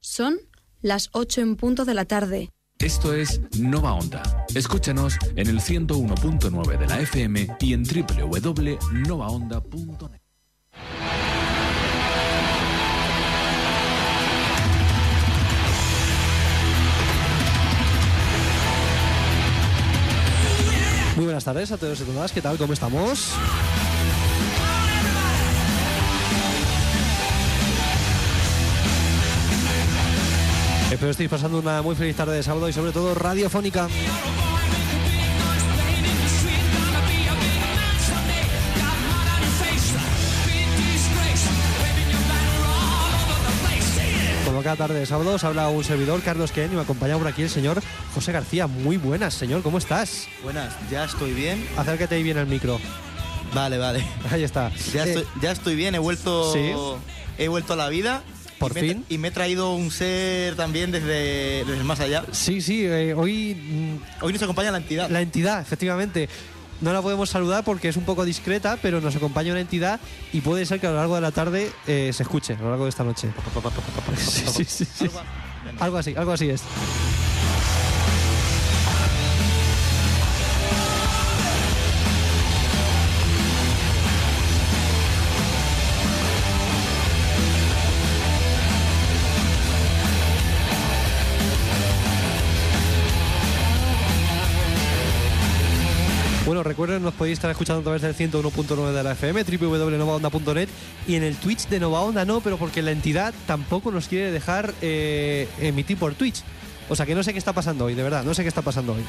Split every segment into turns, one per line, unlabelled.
Son las 8 en punto de la tarde.
Esto es Nova Onda. Escúchanos en el 101.9 de la FM y en www.novaonda.net.
Muy buenas tardes a todos y todas, ¿qué tal? ¿Cómo estamos? Espero estéis pasando una muy feliz tarde de sábado y sobre todo radiofónica. Como cada tarde de sábado os habla un servidor, Carlos Ken, y me acompaña por aquí el señor José García. Muy buenas, señor, ¿cómo estás?
Buenas, ya estoy bien.
Acércate ahí bien al micro.
Vale, vale.
Ahí está.
Ya,
Eh,
estoy, ya estoy bien, he vuelto,
Sí.
he vuelto a la vida.
Por
Y me-
fin.
y me he traído un ser también desde, desde el más allá.
Sí, sí, eh, hoy mm,
Hoy nos acompaña la entidad.
la entidad, efectivamente. No la podemos saludar porque es un poco discreta, pero nos acompaña una entidad y puede ser que a lo largo de la tarde eh, se escuche, a lo largo de esta noche. Sí, sí, sí, sí.
Algo-
Algo así, algo así es. Bueno, recuerden, nos podéis estar escuchando a través del 101.9 de la FM, www.novaonda.net y en el Twitch de Nova Onda no, pero porque la entidad tampoco nos quiere dejar eh, emitir por Twitch. O sea que no sé qué está pasando hoy, de verdad, no sé qué está pasando hoy.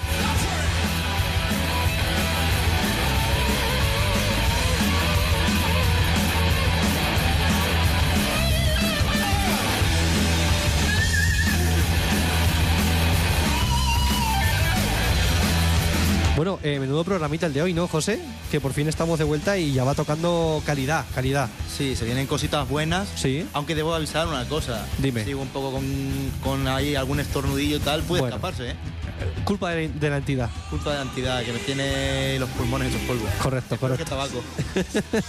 Bueno, eh, menudo programita el de hoy, ¿no, José? Que por fin estamos de vuelta y ya va tocando calidad, calidad.
Sí, se vienen cositas buenas.
Sí.
Aunque debo avisar una cosa.
Dime.
Sigo un poco con, con ahí algún estornudillo y tal. Puede
Bueno.
escaparse, ¿eh?
Culpa de la, de la entidad.
Culpa de la entidad que me tiene los pulmones hechos polvo.
Correcto,
Peor que
correcto.
tabaco.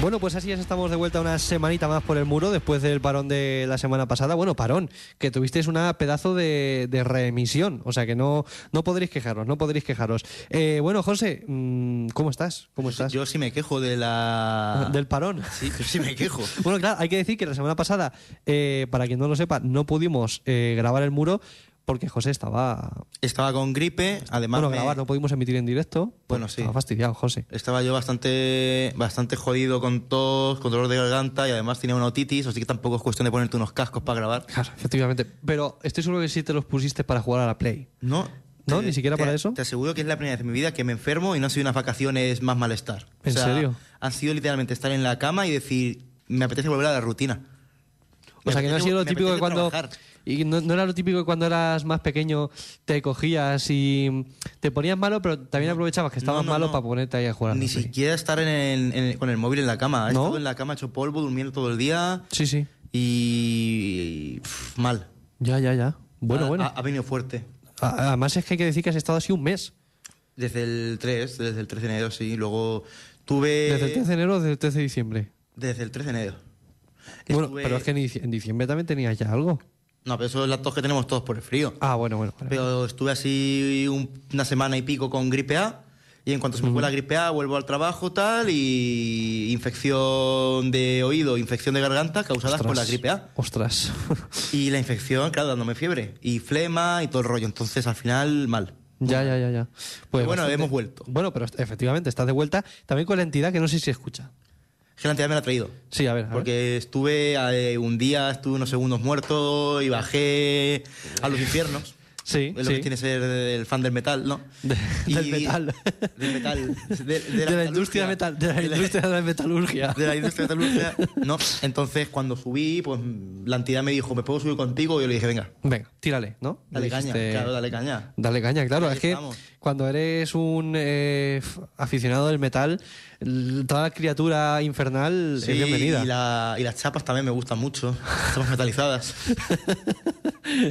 Bueno, pues así es, estamos de vuelta una semanita más por el muro después del parón de la semana pasada. Bueno, parón, que tuvisteis una pedazo de, de reemisión, o sea que no, no podréis quejaros, no podréis quejaros. Eh, bueno, José, mm, ¿cómo estás? ¿Cómo estás?
Yo sí me quejo de la.
Del parón.
Sí, yo sí me quejo.
Bueno, claro, hay que decir que la semana pasada, eh, para quien no lo sepa, no pudimos eh, grabar el muro porque José estaba...
Estaba con gripe, además.
bueno,
me-
grabar, no pudimos emitir en directo.
Bueno, sí.
Estaba fastidiado, José.
Estaba yo bastante, bastante jodido con tos, con dolor de garganta y además tenía una otitis, así que tampoco es cuestión de ponerte unos cascos para grabar.
Claro, efectivamente. Pero estoy seguro que sí te los pusiste para jugar a la Play.
No.
No,
te-
ni siquiera
te-
para eso.
Te aseguro que es la primera vez en mi vida que me enfermo y no han sido unas vacaciones más malestar.
¿En serio?
Han sido literalmente estar en la cama y decir, me apetece volver a la rutina.
O
Me
sea, que no ha
apetece-
sido lo
me
típico que
apetece
cuando...
trabajar.
Y no, no era lo típico que cuando eras más pequeño te cogías y te ponías malo, pero también aprovechabas que estabas
No, no,
malo
no.
para ponerte ahí a jugar. a la
Ni
Play.
siquiera estar en el- en el- con el móvil en la cama. He
¿No?
estado en la cama hecho polvo, durmiendo todo el día
Sí, sí.
y. pff, mal.
Ya, ya, ya. Bueno,
ha,
bueno.
ha- ha venido fuerte.
A- Además es que hay que decir que has estado así un mes.
Desde el 3, desde el 3 de enero, sí. Luego tuve...
Desde el 13 de enero o desde el 13 de diciembre.
Desde el 3 de enero.
Bueno,
Estuve-
pero es que en dic- en diciembre también tenías ya algo.
No, pero eso es la tos que tenemos todos por el frío.
Ah, bueno, bueno. vale.
Pero estuve así un- una semana y pico con gripe A. Y en cuanto se me fue la gripe A, vuelvo al trabajo, tal, y infección de oído, infección de garganta causadas por la
Ostras.
gripe A.
Ostras.
Y la infección, claro, dándome fiebre. Y flema y todo el rollo. Entonces, al final, mal.
ya, ya, ya, ya. Pues
bueno, hemos vuelto.
Bueno, pero est- efectivamente, estás de vuelta también con la entidad que no sé si escucha.
Es que la entidad me la ha traído.
Sí, a ver. a ver.
Porque estuve eh, un día, estuve unos segundos muerto y bajé a los infiernos.
Sí,
Es lo
sí.
que tiene ser el fan del metal, ¿no?
De- del metal.
Del metal. De, de
de, la, industria metal, de la industria de la metalurgia.
de la industria metalúrgica. No, entonces cuando subí, pues la entidad me dijo, ¿me puedo subir contigo? Y yo le dije, venga,
Venga, tírale, ¿no?
dale
Le
caña.
dijiste-
Claro, dale caña.
Dale caña, claro.
Ahí
es que
estamos.
cuando eres un eh, f- aficionado del metal, l- toda la criatura infernal
Sí,
es bienvenida.
Y, la- y las chapas también me gustan mucho. Estamos metalizadas.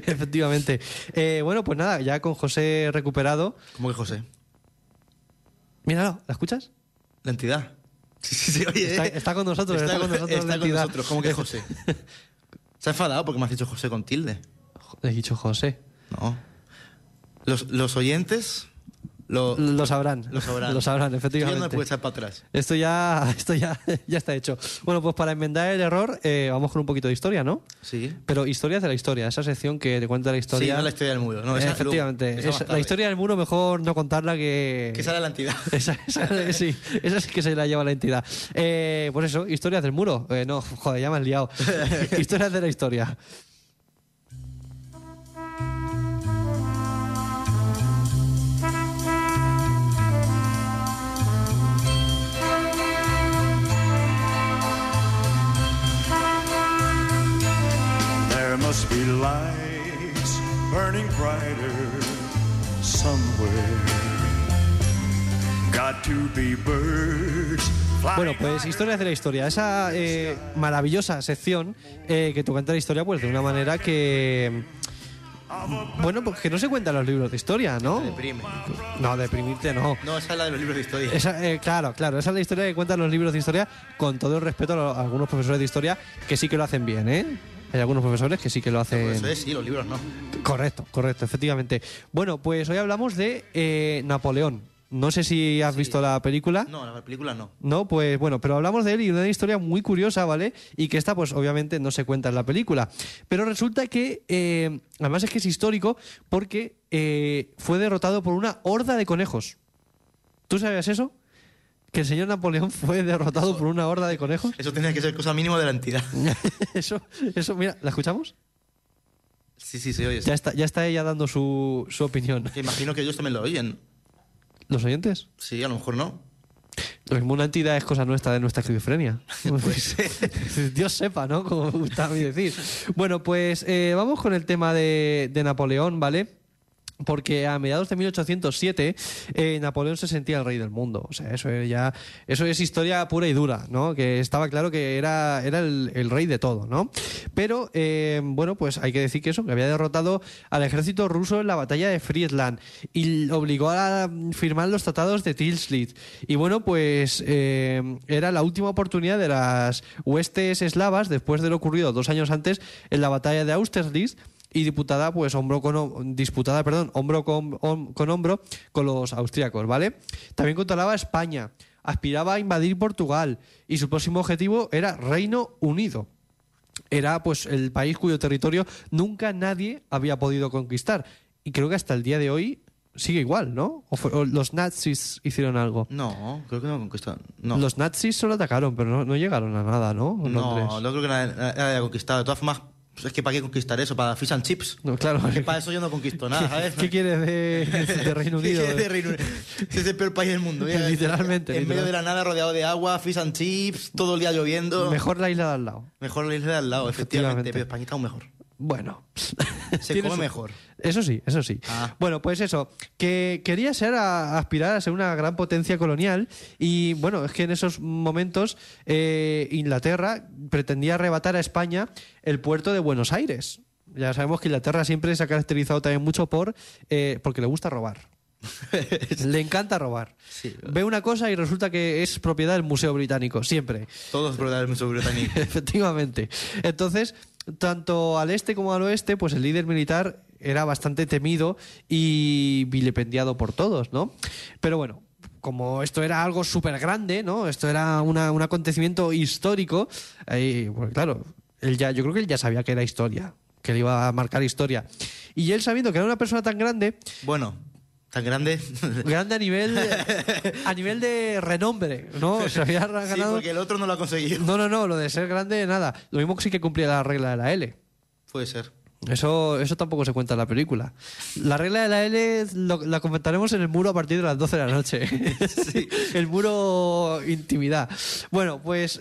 Efectivamente. Eh, bueno, pues nada, ya con José recuperado.
¿Cómo que José?
Míralo, ¿la escuchas?
La entidad. Sí, sí, sí, oye.
Está, está con nosotros, está, con nosotros. la
Está con
entidad.
nosotros, ¿cómo que José? Se ha enfadado porque me has dicho José con tilde.
He dicho José.
No. Los, los oyentes lo,
Lo sabrán.
lo sabrán.
Lo sabrán, efectivamente.
Yo no me puedo echar para atrás.
Esto ya, esto ya, ya está hecho. Bueno, pues para enmendar el error, eh, vamos con un poquito de historia, ¿no?
Sí.
Pero historias de la historia, esa sección que te cuenta la historia.
Sí, no la historia del muro. No,
Eh,
esa, luego,
efectivamente.
esa más
esa- la
tarde.
historia del muro, mejor no contarla que.
Que sale la entidad.
Esa, esa- sí, esa sí que se la lleva la entidad. Eh, pues eso, historias del muro. Eh, no, joder, ya me has liado. historias de la historia.
There must be lights burning brighter somewhere. Got to be birds flying
Bueno, pues historias de la historia. Esa eh, maravillosa sección eh, que te cuenta la historia, pues de una manera que. Bueno, pues que no se cuentan los libros de historia, ¿no?
Deprime.
No, deprimirte no.
No, esa es la de los libros de historia.
Esa, eh, claro, claro, esa es la historia que cuentan los libros de historia, con todo el respeto a, lo- a algunos profesores de historia que sí que lo hacen bien, ¿eh? Hay algunos profesores que sí que lo
Por
hacen.
eso Pues es, sí, los libros no.
Correcto, correcto, efectivamente. Bueno, pues hoy hablamos de eh, Napoleón. No sé si has visto la película.
No, las películas no.
No, pues bueno, pero hablamos de él y de una historia muy curiosa, ¿vale? Y que esta, pues obviamente no se cuenta en la película. Pero resulta que, eh, además es que es histórico porque eh, fue derrotado por una horda de conejos. ¿Tú sabías eso? Que el señor Napoleón fue derrotado por una horda de conejos.
Eso tiene que ser cosa mínima de la entidad.
eso, eso, mira, ¿la escuchamos?
Sí, sí, se oye.
Ya está, ya está ella dando su, su opinión.
Que imagino que ellos también lo oyen.
¿Los oyentes?
Sí, a lo mejor no.
Lo mismo una entidad es cosa nuestra de nuestra esquizofrenia. Dios sepa, ¿no? Como me gusta a mí decir. Bueno, pues eh, vamos con el tema de, de Napoleón, ¿vale? Porque a mediados de 1807 eh, Napoleón se sentía el rey del mundo. O sea, eso es ya. Eso es historia pura y dura, ¿no? Que estaba claro que era, era el, el rey de todo, ¿no? Pero, eh, bueno, pues hay que decir que eso, que había derrotado al ejército ruso en la batalla de Friedland y l- obligó a firmar los tratados de Tilsit. Y bueno, pues eh, era la última oportunidad de las huestes eslavas después de lo ocurrido dos años antes en la batalla de Austerlitz y diputada pues hombro con hom- disputada perdón hombro con, hom- con hombro con los austríacos vale también controlaba España aspiraba a invadir Portugal y su próximo objetivo era Reino Unido era pues el país cuyo territorio nunca nadie había podido conquistar y creo que hasta el día de hoy sigue igual no o, fue- o los nazis hicieron algo
No, creo que no conquistan. No.
los nazis solo atacaron pero no, no llegaron a nada no En
no,
Londres.
no creo que nadie nadie haya conquistado. De todas formas, pues es que ¿para qué conquistar eso? ¿Para fish and chips?
No, claro
Que para eso yo no conquisto nada, ¿sabes?
¿Qué quieres de, de Reino Unido?
Es de Reino Unido. Es el peor país del mundo. ¿eh?
Literalmente,
En medio de la nada, rodeado de agua, fish and chips, todo el día lloviendo.
Mejor la isla de al lado.
Mejor la isla de al lado, efectivamente.
Efectivamente.
Pero España está aún mejor.
Bueno.
Se
Tiene
come
su-
mejor.
Eso sí, eso sí.
Ah.
Bueno, pues eso, que quería ser a- aspirar a ser una gran potencia colonial y bueno, es que en esos momentos eh, Inglaterra pretendía arrebatar a España el puerto de Buenos Aires. Ya sabemos que Inglaterra siempre se ha caracterizado también mucho por eh, porque le gusta robar. le encanta robar.
Sí.
Ve una cosa y resulta que es propiedad del Museo Británico, siempre.
Todos brotar el sobre británico.
Efectivamente. Entonces, tanto al este como al oeste, pues el líder militar era bastante temido y vilipendiado por todos, ¿no? Pero bueno, como esto era algo súper grande, ¿no? Esto era una- un acontecimiento histórico, eh, bueno, claro, él ya, yo creo que él ya sabía que era historia, que le iba a marcar historia. Y él sabiendo que era una persona tan grande,
Bueno, tan grande.
grande a nivel, a nivel de renombre, ¿no? Se había
Sí,
ganado...
porque el otro no lo ha conseguido.
No, no, no, lo de ser grande, nada. Lo mismo que sí que cumplía la regla de la L.
Puede ser.
Eso, eso tampoco se cuenta en la película. La regla de la L lo- la comentaremos en el muro a partir de las 12 de la noche. el muro intimidad. Bueno, pues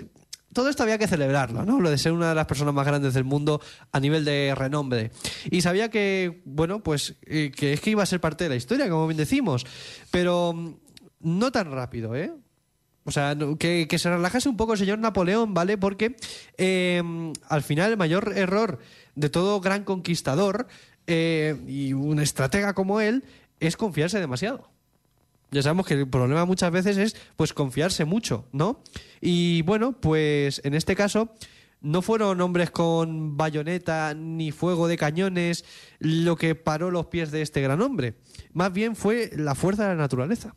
todo esto había que celebrarlo, ¿no? Lo de ser una de las personas más grandes del mundo a nivel de renombre. Y sabía que, bueno, pues eh, que es que iba a ser parte de la historia, como bien decimos. Pero mm, no tan rápido, ¿eh? O sea, no- que, que se relajase un poco el señor Napoleón, ¿vale? em, Porque eh, al final el mayor error de todo gran conquistador eh, y un estratega como él es confiarse demasiado. Ya sabemos que el problema muchas veces es pues confiarse mucho, ¿no? Y bueno, pues en este caso no fueron hombres con bayoneta ni fuego de cañones lo que paró los pies de este gran hombre. Más bien fue la fuerza de la naturaleza.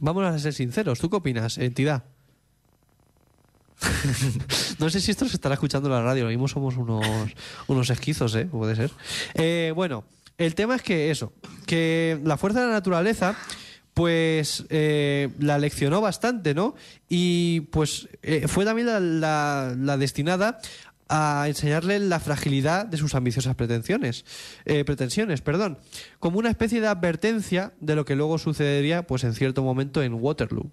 Vamos a ser sinceros, ¿tú qué opinas, entidad? no sé si esto se estará escuchando en la radio, ahora mismo somos unos, unos esquizos, ¿eh? Puede ser. Eh, bueno, el tema es que eso, que la fuerza de la naturaleza, pues eh, la leccionó bastante, ¿no? Y pues eh, fue también la, la- la destinada a enseñarle la fragilidad de sus ambiciosas pretensiones, eh, pretensiones, perdón, como una especie de advertencia de lo que luego sucedería, pues en cierto momento en Waterloo.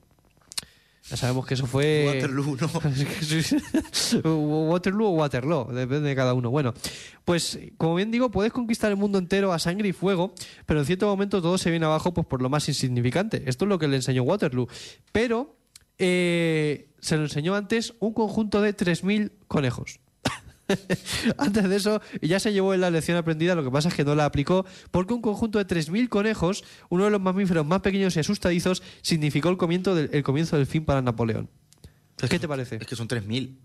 Ya sabemos que eso fue
Waterloo, ¿no?
es que sois- Waterloo o Waterloo, depende de cada uno. Bueno, pues como bien digo, puedes conquistar el mundo entero a sangre y fuego, pero en cierto momento todo se viene abajo pues, por lo más insignificante. Esto es lo que le enseñó Waterloo. Pero eh, se lo enseñó antes un conjunto de 3.000 conejos. Antes de eso ya se llevó en la lección aprendida, lo que pasa es que no la aplicó, porque un conjunto de 3.000 conejos, uno de los mamíferos más pequeños y asustadizos, significó el comienzo del, el comienzo del fin para Napoleón. ¿Qué te parece?
Es que son 3.000.
3.000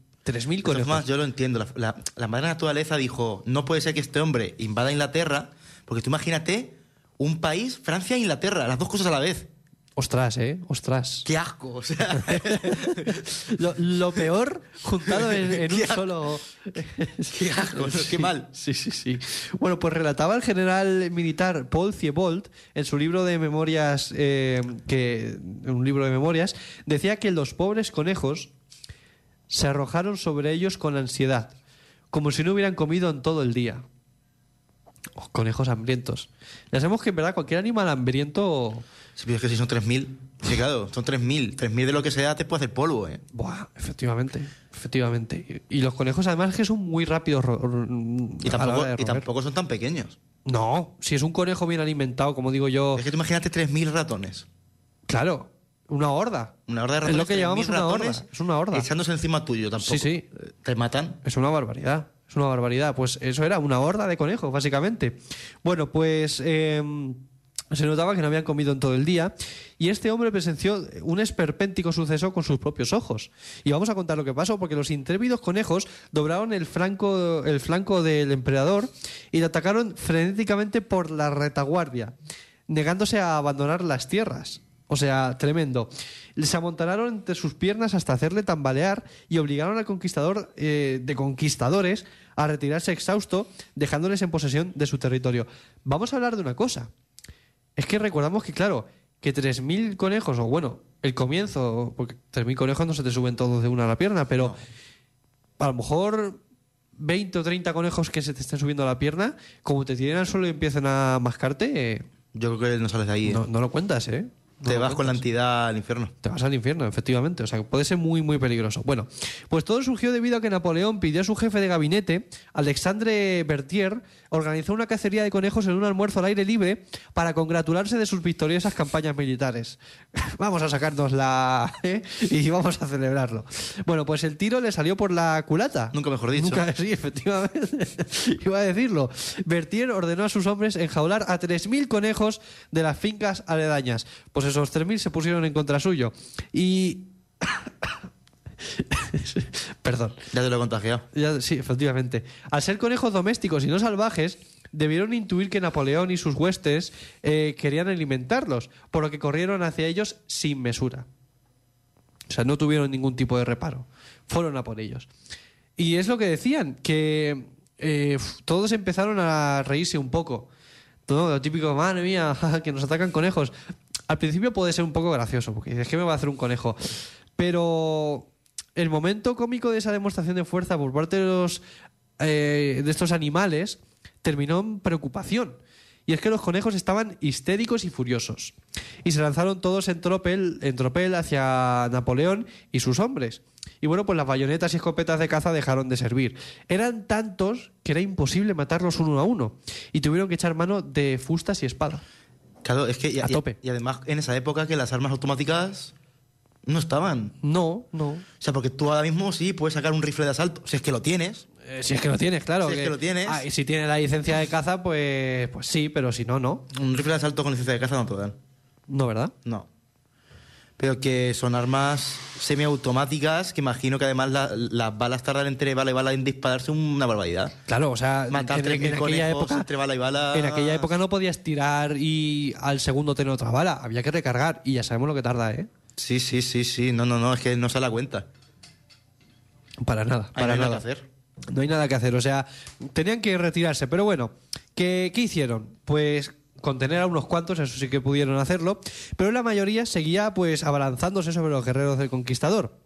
Pero
conejos.
Es más, yo lo entiendo. La, la- la madre naturaleza dijo, no puede ser que este hombre invada Inglaterra, porque tú imagínate un país, Francia e Inglaterra, las dos cosas a la vez.
Ostras, ¿eh? Ostras.
¡Qué asco! O sea,
Lo, lo peor juntado en, en un
Qué asco.
solo...
qué asco, no, qué mal.
Sí, sí, sí. Bueno, pues relataba el general militar Paul Thiebold en su libro de memorias, eh, que, un libro de memorias, decía que los pobres conejos se arrojaron sobre ellos con ansiedad, como si no hubieran comido en todo el día. Oh, conejos hambrientos. Ya sabemos que en verdad cualquier animal hambriento...
Sí, pero es que si son 3.000, sí, claro, son 3.000. 3.000 de lo que sea te puede hacer polvo, ¿eh?
Buah, efectivamente, efectivamente. Y y los conejos además que son muy rápidos. ro- ro-
Y
a la
tampoco,
hora de
y
roer.
tampoco son tan pequeños.
No, si es un conejo bien alimentado, como digo yo,
Es que tú imagínate 3.000 ratones.
claro, una horda.
Una horda de
Es
ratones.
lo que
3.000
llamamos una horda.
ratones
Es una horda.
Echándose encima tuyo tampoco.
Sí, sí.
Eh, Te matan.
Es una barbaridad, es una barbaridad. Pues eso era una horda de conejos, básicamente. Bueno, pues eh, se notaba que no habían comido en todo el día y este hombre presenció un esperpéntico suceso con sus propios ojos. Y vamos a contar lo que pasó, porque los intrépidos conejos dobraron el flanco, el flanco del emperador y le atacaron frenéticamente por la retaguardia, negándose a abandonar las tierras. O sea, tremendo. Se amontonaron entre sus piernas hasta hacerle tambalear y obligaron al conquistador eh, de conquistadores a retirarse exhausto, dejándoles en posesión de su territorio. Vamos a hablar de una cosa. Es que recordamos que, claro, que 3.000 conejos, o bueno, el comienzo, porque 3.000 conejos no se te suben todos de una a la pierna, pero a lo mejor 20 o 30 conejos que se te estén subiendo a la pierna, como te tiren al suelo y empiezan a mascarte, eh,
Yo creo que no sales de ahí. ¿eh?
no, no lo cuentas, ¿eh? No
te
lo
vas con la
cuentas.
entidad al infierno.
Te vas al infierno, efectivamente. O sea, que puede ser muy, muy peligroso. Bueno, pues todo surgió debido a que Napoleón pidió a su jefe de gabinete, Alexandre Berthier, organizó una cacería de conejos en un almuerzo al aire libre para congratularse de sus victoriosas campañas militares. vamos a sacarnos la... ¿eh? y vamos a celebrarlo. Bueno, pues el tiro le salió por la culata.
Nunca mejor dicho.
Nunca, sí, efectivamente. Iba a decirlo. Bertier ordenó a sus hombres enjaular a 3.000 conejos de las fincas aledañas. Pues esos 3.000 se pusieron en contra suyo. Y... Perdón.
Ya te lo he contagiado.
Ya, sí, efectivamente. Al ser conejos domésticos y no salvajes, debieron intuir que Napoleón y sus huestes eh, querían alimentarlos, por lo que corrieron hacia ellos sin mesura. O sea, no tuvieron ningún tipo de reparo. Fueron a por ellos. Y es lo que decían, que eh, f- todos empezaron a reírse un poco. Todo lo típico, madre mía, jaja, que nos atacan conejos. Al principio puede ser un poco gracioso, porque dices, ¿qué me va a hacer un conejo? Pero el momento cómico de esa demostración de fuerza por parte de, los, eh, de estos animales terminó en preocupación. Y es que los conejos estaban histéricos y furiosos. Y se lanzaron todos en tropel, en tropel hacia Napoleón y sus hombres. Y bueno, pues las bayonetas y escopetas de caza dejaron de servir. Eran tantos que era imposible matarlos uno a uno. Y tuvieron que echar mano de fustas y espada.
Claro, es que. Y,
A
y-
tope.
Y, además, en esa época que las armas automáticas no estaban.
No, no.
O sea, porque tú ahora mismo sí puedes sacar un rifle de asalto, si es que lo tienes.
Eh, si es que lo tienes, claro.
Si es que lo tienes.
Ah, y si tienes la licencia de caza, pues, pues sí, pero si no, no.
Un rifle de asalto con licencia de caza no te lo dan.
No, ¿verdad?
No. Pero que son armas semiautomáticas que imagino que además la- las balas tardan entre bala y bala en dispararse una barbaridad.
Claro, o sea,
Matar
en,
3.000
en aquella
conejos
época,
entre bala y bala.
en aquella época no podías tirar y al segundo tener otra bala. Había que recargar y ya sabemos lo que tarda, ¿eh?
Sí, sí, sí, sí. No, no, no, es que no se da cuenta.
Para nada,
Ahí no
para
hay nada
nada.
que hacer.
No hay nada que hacer, o sea, tenían que retirarse, pero bueno, ¿qué, qué hicieron? Pues contener a unos cuantos, eso sí que pudieron hacerlo, pero la mayoría seguía pues abalanzándose sobre los guerreros del conquistador.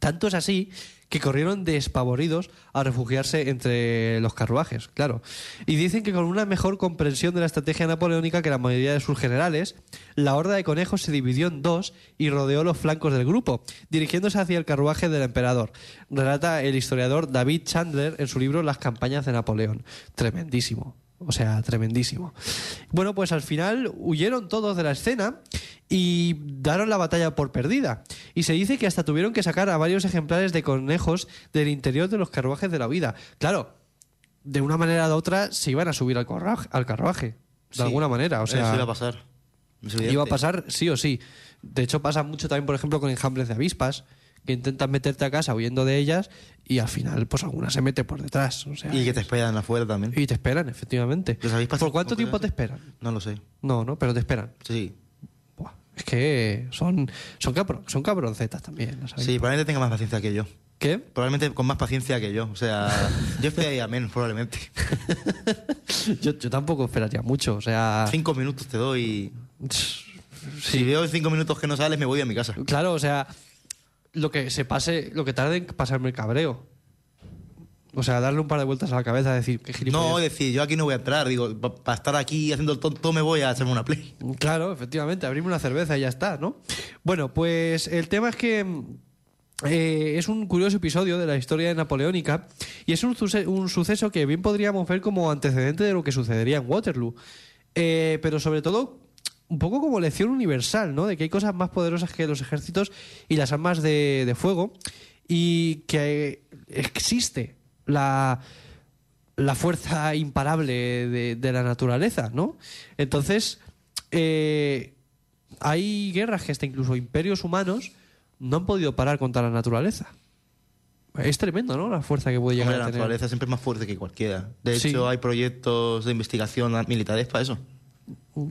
Tanto es así que corrieron despavoridos a refugiarse entre los carruajes, claro. Y dicen que con una mejor comprensión de la estrategia napoleónica que la mayoría de sus generales, la horda de conejos se dividió en dos y rodeó los flancos del grupo, dirigiéndose hacia el carruaje del emperador. Relata el historiador David Chandler en su libro Las campañas de Napoleón. Tremendísimo. O sea, tremendísimo. Bueno, pues al final huyeron todos de la escena y daron la batalla por perdida. Y se dice que hasta tuvieron que sacar a varios ejemplares de conejos del interior de los carruajes de la vida. Claro, de una manera u otra se iban a subir al, corra- al carruaje. De
Sí.
alguna manera. O sea,
Eso iba a pasar. Es
iba a
evidente.
pasar sí o sí. De hecho, pasa mucho también, por ejemplo, con enjambres de avispas, que intentan meterte a casa huyendo de ellas y al final, pues alguna se mete por detrás. O sea,
Y que te esperan afuera también.
y te esperan, efectivamente.
¿Los avispas
¿Por
son
cuánto tiempo te
complicados?
esperan?
No lo sé.
No, no, pero te esperan.
Sí.
Buah, es que son, son, cabro- son cabroncetas también. las
Sí,
avispas.
probablemente tenga más paciencia que yo.
¿Qué?
Probablemente con más paciencia que yo. O sea, yo estoy ahí a menos, probablemente.
Yo, yo tampoco esperaría mucho. O sea.
Cinco minutos te doy. Si
Ah. Sí.
veo en cinco minutos que no sales, me voy a mi casa.
Claro, o sea. Lo que se pase, lo que tarde en pasarme el cabreo. O sea, darle un par de vueltas a la cabeza, decir, qué gilipollas.
No, es decir, yo aquí no voy a entrar. Digo, para estar aquí haciendo el tonto, me voy a hacerme una play.
Claro, efectivamente, abrirme una cerveza y ya está, ¿no? Bueno, pues el tema es que mm, eh, es un curioso episodio de la historia napoleónica y es un, suce- un suceso que bien podríamos ver como antecedente de lo que sucedería en Waterloo. Eh, pero sobre todo, un poco como lección universal, ¿no? De que hay cosas más poderosas que los ejércitos y las armas de, de fuego y que existe la, la fuerza imparable de, de la naturaleza, ¿no? Entonces, eh, hay guerras que hasta incluso imperios humanos no han podido parar contra la naturaleza. Es tremendo, ¿no? La fuerza que puede llegar
Hombre, la
a tener.
naturaleza siempre es más fuerte que cualquiera. De
Sí.
hecho, hay proyectos de investigación militares para eso.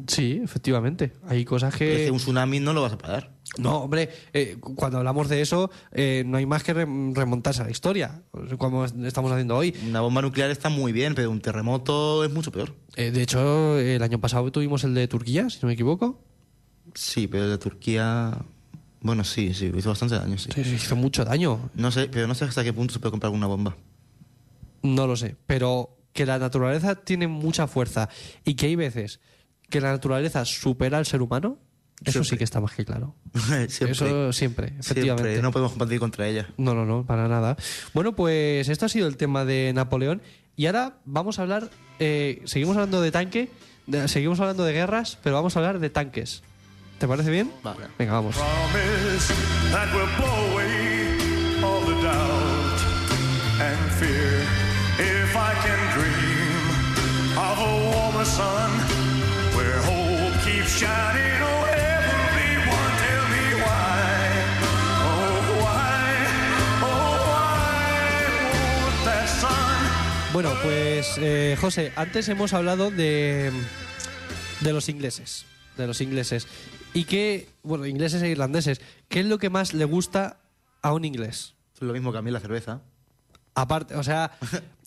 Sí, efectivamente. Hay cosas
Es
que...
decir, un tsunami no lo vas a parar.
No, hombre, eh, cu- cuando hablamos de eso, eh, no hay más que rem- remontarse a la historia, pues, como es- estamos haciendo hoy.
Una bomba nuclear está muy bien, pero un terremoto es mucho peor.
Eh, de hecho, el año pasado tuvimos el de Turquía, si no me equivoco.
Sí, pero de Turquía. Bueno, sí, sí, hizo bastante daño, sí.
Sí, sí, hizo mucho daño.
No sé, pero no sé hasta qué punto se puede comprar una bomba.
No lo sé, pero que la naturaleza tiene mucha fuerza y que hay veces que la naturaleza supera al ser humano, eso sí
Siempre.
que está más que claro.
Siempre.
Eso siempre, efectivamente.
Siempre. No podemos competir contra ella.
No, no, no, para nada. Bueno, pues esto ha sido el tema de Napoleón. Y ahora vamos a hablar, eh, seguimos hablando de tanque, de- seguimos hablando de guerras, pero vamos a hablar de tanques. ¿Te parece bien?
Vale.
Venga, vamos.
promise that will blow away all the doubt and fear. If I can dream of a warmer sun where hope keeps shining, oh everyone, tell me why, oh why, oh why won't that sun?
Bueno, pues eh, José, antes hemos hablado de, de los ingleses, de los ingleses. ¿Y qué, bueno, ingleses e irlandeses, qué es lo que más le gusta a un inglés?
Es lo mismo que a mí la cerveza.
Aparte, o sea,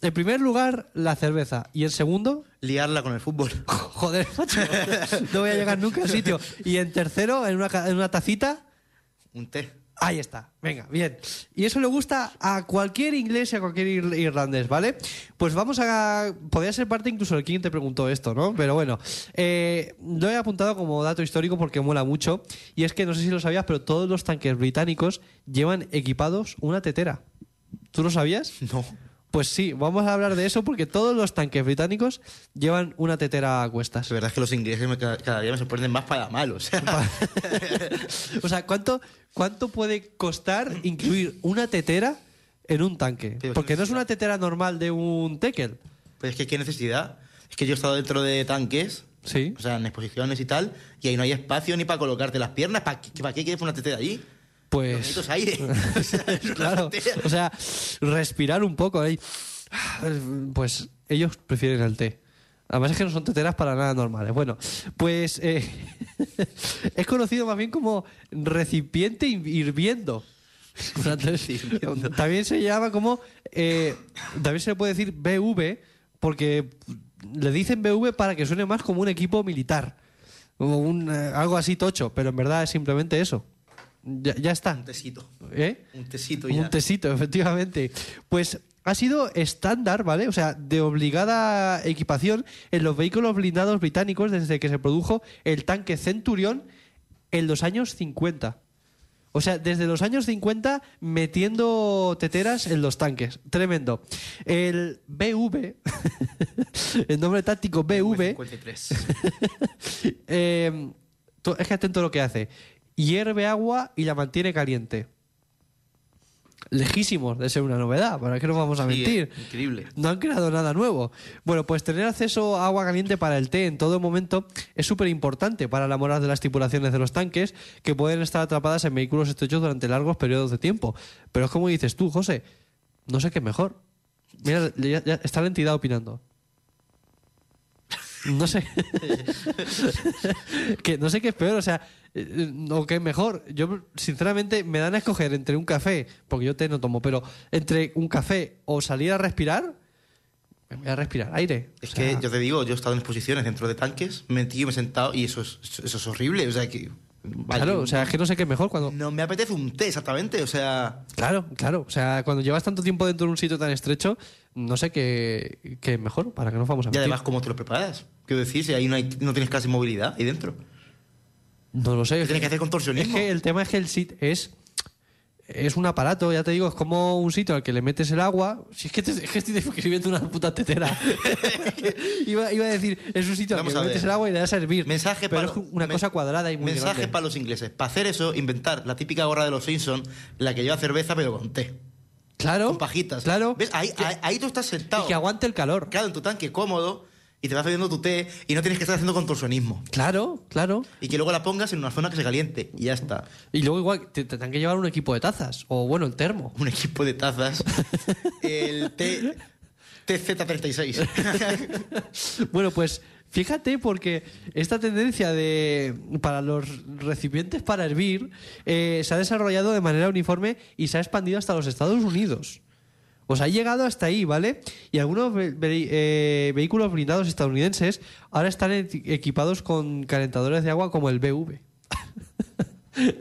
en primer lugar la cerveza y en segundo,
Liarla con el fútbol.
joder, macho, no voy a llegar nunca al sitio. Y en tercero, en una, ca- en una tacita,
Un té.
Ahí está, venga, bien. Y eso le gusta a cualquier inglés y a cualquier ir- irlandés, ¿vale? Pues vamos a... Podría ser parte incluso de quien te preguntó esto, ¿no? Pero bueno, eh, lo he apuntado como dato histórico porque mola mucho. Y es que no sé si lo sabías, pero todos los tanques británicos llevan equipados una tetera. ¿Tú lo sabías?
No.
Pues sí, vamos a hablar de eso porque todos los tanques británicos llevan una tetera a cuestas.
La verdad es que los ingleses me- cada, cada día me sorprenden más para mal. O sea,
O sea, ¿cuánto, ¿cuánto puede costar incluir una tetera en un tanque.
Pero
Porque
qué
no es una tetera normal de un tekel.
Pues es que qué necesidad. Es que yo he estado dentro de tanques,
Sí.
o sea, en exposiciones y tal, y ahí no hay espacio ni para colocarte las piernas. ¿Para qué, para qué quieres una tetera allí? Lo que
Pues.
necesito es aire. O sea, es una
Claro.
tetera.
O sea, respirar un poco ahí. Pues ellos prefieren el té. Además es que no son teteras para nada normales. Bueno, pues eh, es conocido más bien como recipiente hirviendo.
Hirviendo.
También se llama como. eh, también se le puede decir BV, porque le dicen BV para que suene más como un equipo militar. Como un, eh, algo así tocho, pero en verdad es simplemente eso. Ya, ya está.
un tecito.
¿Eh?
Un tecito ya.
Un tesito, efectivamente. Pues ha sido estándar, ¿vale? O sea, de obligada equipación en los vehículos blindados británicos desde que se produjo el tanque Centurión en los años 50. O sea, desde los años 50 metiendo teteras en los tanques. Tremendo. El BV, el nombre táctico
pues
BV,
53.
eh, to- es que atento a lo que hace. Hierve agua y la mantiene caliente. Lejísimos de ser una novedad, ¿para qué nos vamos a
Sí,
mentir?
eh, increíble.
No han creado nada nuevo. Bueno, pues tener acceso a agua caliente para el té en todo momento es súper importante para la moral de las tripulaciones de los tanques que pueden estar atrapadas en vehículos estrechos durante largos periodos de tiempo. Pero es como dices tú, José, no sé qué es mejor. Mira, ya- ya está la entidad opinando. No sé. que no sé qué es peor, o sea, eh, eh, o qué es mejor. Yo, sinceramente, me dan a escoger entre un café, porque yo té no tomo, pero entre un café o salir a respirar, me voy a respirar aire.
Es
O sea,
que yo te digo, yo he estado en exposiciones dentro de tanques, metido, me he sentado y eso es, eso es horrible. O sea que. vale,
Claro, o sea, es que no sé qué es mejor cuando.
No me apetece un té exactamente, o sea.
Claro, claro. O sea, cuando llevas tanto tiempo dentro de un sitio tan estrecho, no sé qué, qué es mejor, para que no vamos a
Y
mentir.
además, ¿cómo te lo preparas? Quiero decir, si ahí no, hay- no tienes casi movilidad ahí dentro.
No lo sé.
¿Qué tienes que hacer
Es
contorsionismo?
que el tema es que el sit es es un aparato, ya te digo, es como un sitio al que le metes el agua. Si es que, te- es que estoy describiendo una puta tetera. iba, iba a decir, es un sitio al que
Vamos
le
a
metes
ver.
el agua y le das a hervir.
Mensaje
Pero
para
es una
men-
cosa cuadrada y muy
Mensaje
grande.
para los ingleses. Para hacer eso, inventar la típica gorra de los Simpson, la que lleva cerveza pero con té.
Claro.
Con pajitas.
Claro.
¿Ves? Ahí,
Que-
ahí- ahí tú estás sentado.
y que aguante el calor.
Claro, en tu tanque cómodo y te vas bebiendo tu té y no tienes que estar haciendo contorsionismo.
Claro, claro.
Y que luego la pongas en una zona que se caliente y ya está.
Y luego igual te tendrán que llevar un equipo de tazas. O bueno, el termo.
Un equipo de tazas. El T TZ36.
Bueno, pues fíjate porque esta tendencia de para los recipientes para hervir eh, se ha desarrollado de manera uniforme y se ha expandido hasta los Estados Unidos. Os ha llegado hasta ahí, ¿vale? Y algunos ve- ve- eh, vehículos blindados estadounidenses ahora están e- equipados con calentadores de agua como el BV.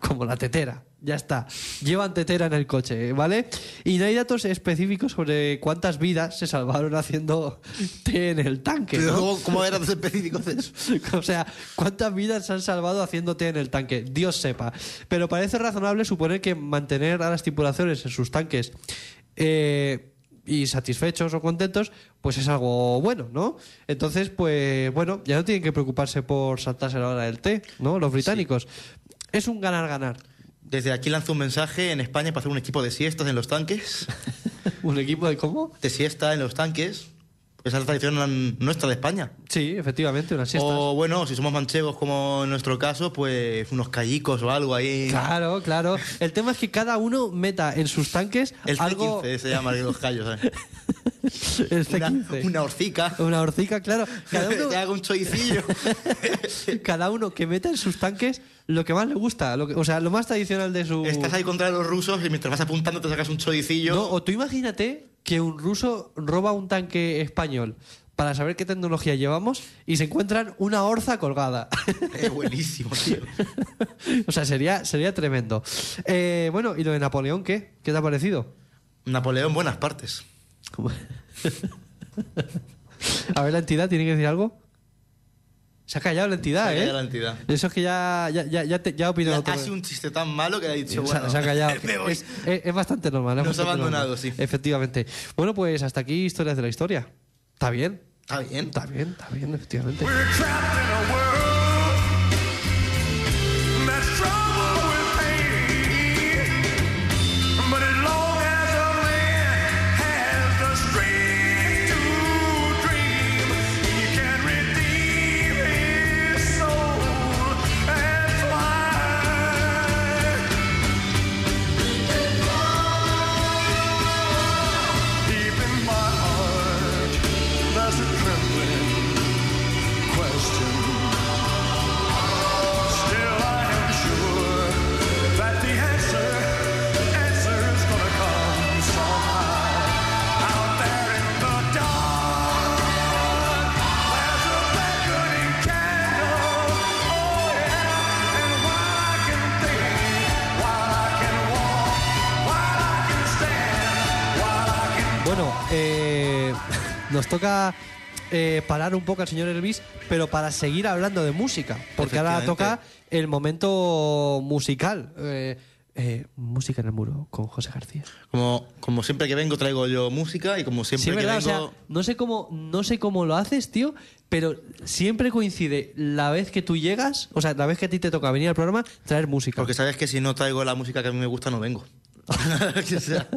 como la tetera. Ya está. Llevan tetera en el coche, ¿vale? Y no hay datos específicos sobre cuántas vidas se salvaron haciendo té en el tanque. ¿no?
¿Cómo, ¿Cómo eran los específicos de eso?
O sea, ¿cuántas vidas se han salvado haciéndote en el tanque? Dios sepa. Pero parece razonable suponer que mantener a las tripulaciones en sus tanques eh, y satisfechos o contentos, pues es algo bueno, ¿no? Entonces, pues bueno, ya no tienen que preocuparse por saltarse la hora del té, ¿no? Los británicos. Es un ganar-ganar.
Desde aquí lanzo un mensaje en España para hacer un equipo de siestas en los tanques.
¿Un equipo de cómo?
De siesta en los tanques. Esa es la tradición nuestra de España.
Sí, efectivamente, una siesta.
O bueno, si somos manchegos como en nuestro caso, pues unos callicos o algo ahí.
Claro, claro. El tema es que cada uno meta en sus tanques
El
algo.
C15 se llama los callos. ¿eh?
El
Una,
C15.
una horcica.
Una horcica, claro. Cada uno,
Te hago un choicillo.
cada uno que meta en sus tanques lo que más le gusta, lo que- o sea, lo más tradicional de su...
Estás ahí contra los rusos y mientras vas apuntando te sacas un choicillo.
No, o tú imagínate que un ruso roba un tanque español para saber qué tecnología llevamos y se encuentran una orza colgada.
Es buenísimo, tío.
o sea, sería, sería tremendo. Eh, bueno, ¿y lo de Napoleón qué? ¿Qué te ha parecido?
Napoleón, buenas partes.
A ver, la entidad tiene que decir algo. Se ha callado la entidad,
Se ha
¿eh?
callado la entidad.
Eso es que ya, ya, ya, ya, te- ya ha opinado
Ha
todo.
sido un chiste tan malo que le ha dicho,
Se ha-
bueno,
se ha callado.
me voy.
Es, es- es bastante normal. es
Nos ha
bastante
abandonado,
normal.
sí.
Efectivamente. Bueno, pues hasta aquí historias de la historia. Está bien,
Está bien.
está bien, está bien, efectivamente.
We're trapped in a world that's troubled with pain. But as long
eh, nos toca eh, parar un poco al señor Elvis, pero para seguir hablando de música, porque ahora
Efectivamente.
toca el momento musical. Eh, eh, música en el muro con José García.
Como, como siempre que vengo traigo yo música y como siempre
Sí, es
que
verdad,
vengo...
o sea, no sé cómo, no sé cómo lo haces, tío, pero siempre coincide la vez que tú llegas, o sea, la vez que a ti te toca venir al programa, traer música.
Porque sabes que si no traigo la música que a mí me gusta no vengo. O sea,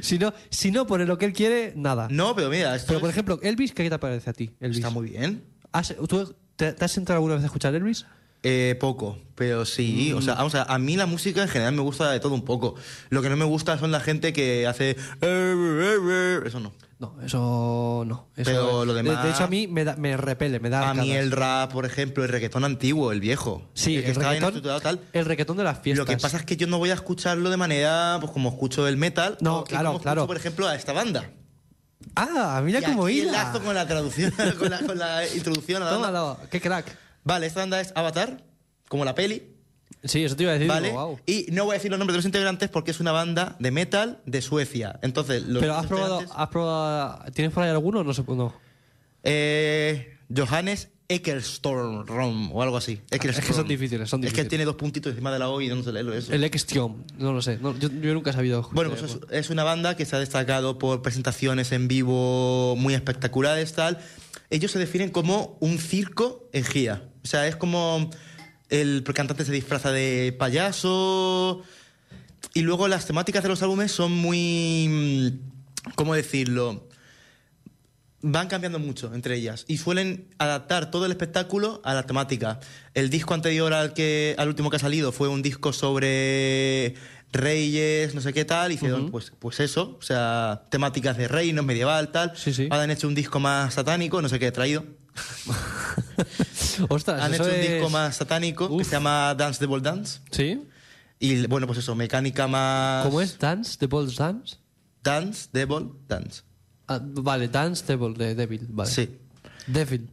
si no, si no pone lo que él quiere, nada.
no, pero mira, esto
pero por
es-
ejemplo, Elvis, ¿qué te parece a ti? Elvis?
está muy bien.
¿Has- tú- te, te has sentado alguna vez a escuchar Elvis?
Eh, poco, pero sí, o sea, vamos a, a mí la música en general me gusta de todo un poco. Lo que no me gusta son la gente que hace... Eso no.
No, eso no. Eso
Pero lo
de-
demás-
De hecho, a mí me, da- me repele, me da.
A mí
arcadas.
el rap, por ejemplo, el reggaetón antiguo, el viejo.
Sí,
el
el,
que estaba bien
reggaetón,
estructurado tal.
el reggaetón de las fiestas.
Lo que pasa es que yo no voy a escucharlo de manera, pues como escucho el metal.
No,
o que
claro,
como escucho,
claro.
por ejemplo, a esta banda.
Ah, mira
Y
cómo
aquí
hila.
enlazo con la traducción, con la, con la introducción a la banda.
Tómalo, qué crack.
Vale, esta banda es Avatar, como la peli,
Sí, eso te iba a decir.
¿vale?
digo, guau.
Y no voy a decir los nombres de los integrantes porque es una banda de metal de Suecia. Entonces, los
Pero has probado,
integrantes-
has probado. ¿Tienes por ahí alguno? No sé, no.
Eh, Johannes Eckelstorm o algo así.
Ah, es que son difíciles, son
Es que
difíciles.
tiene dos puntitos encima de la O y yo no sé leerlo eso.
El Extium, no lo sé. no, yo, yo nunca he sabido.
Bueno, pues es, es una banda que se ha destacado por presentaciones en vivo muy espectaculares, tal. Ellos se definen como un circo en gira. O sea, es como el cantante se disfraza de payaso. Y luego las temáticas de los álbumes son muy... mm, ¿Cómo decirlo? Van cambiando mucho entre ellas y suelen adaptar todo el espectáculo a la temática. El disco anterior al, que, al último que ha salido fue un disco sobre reyes, no sé qué tal, y hicieron pues, pues eso, o sea, temáticas de reinos, medieval, tal.
Sí, sí.
Ahora han hecho un disco más satánico, no sé qué he traído.
Ostras,
Han
Ah, eso
hecho un
es-
disco más satánico que
Uf.
se llama Dance the Ball Dance.
¿Sí?
Y bueno, pues eso, mecánica más...
¿Cómo es? ¿Dance? ¿The Balls Dance?
Dance, Devil, Dance.
Ah, vale, Dance the Ball de Devil. Vale.
Sí.
Devil.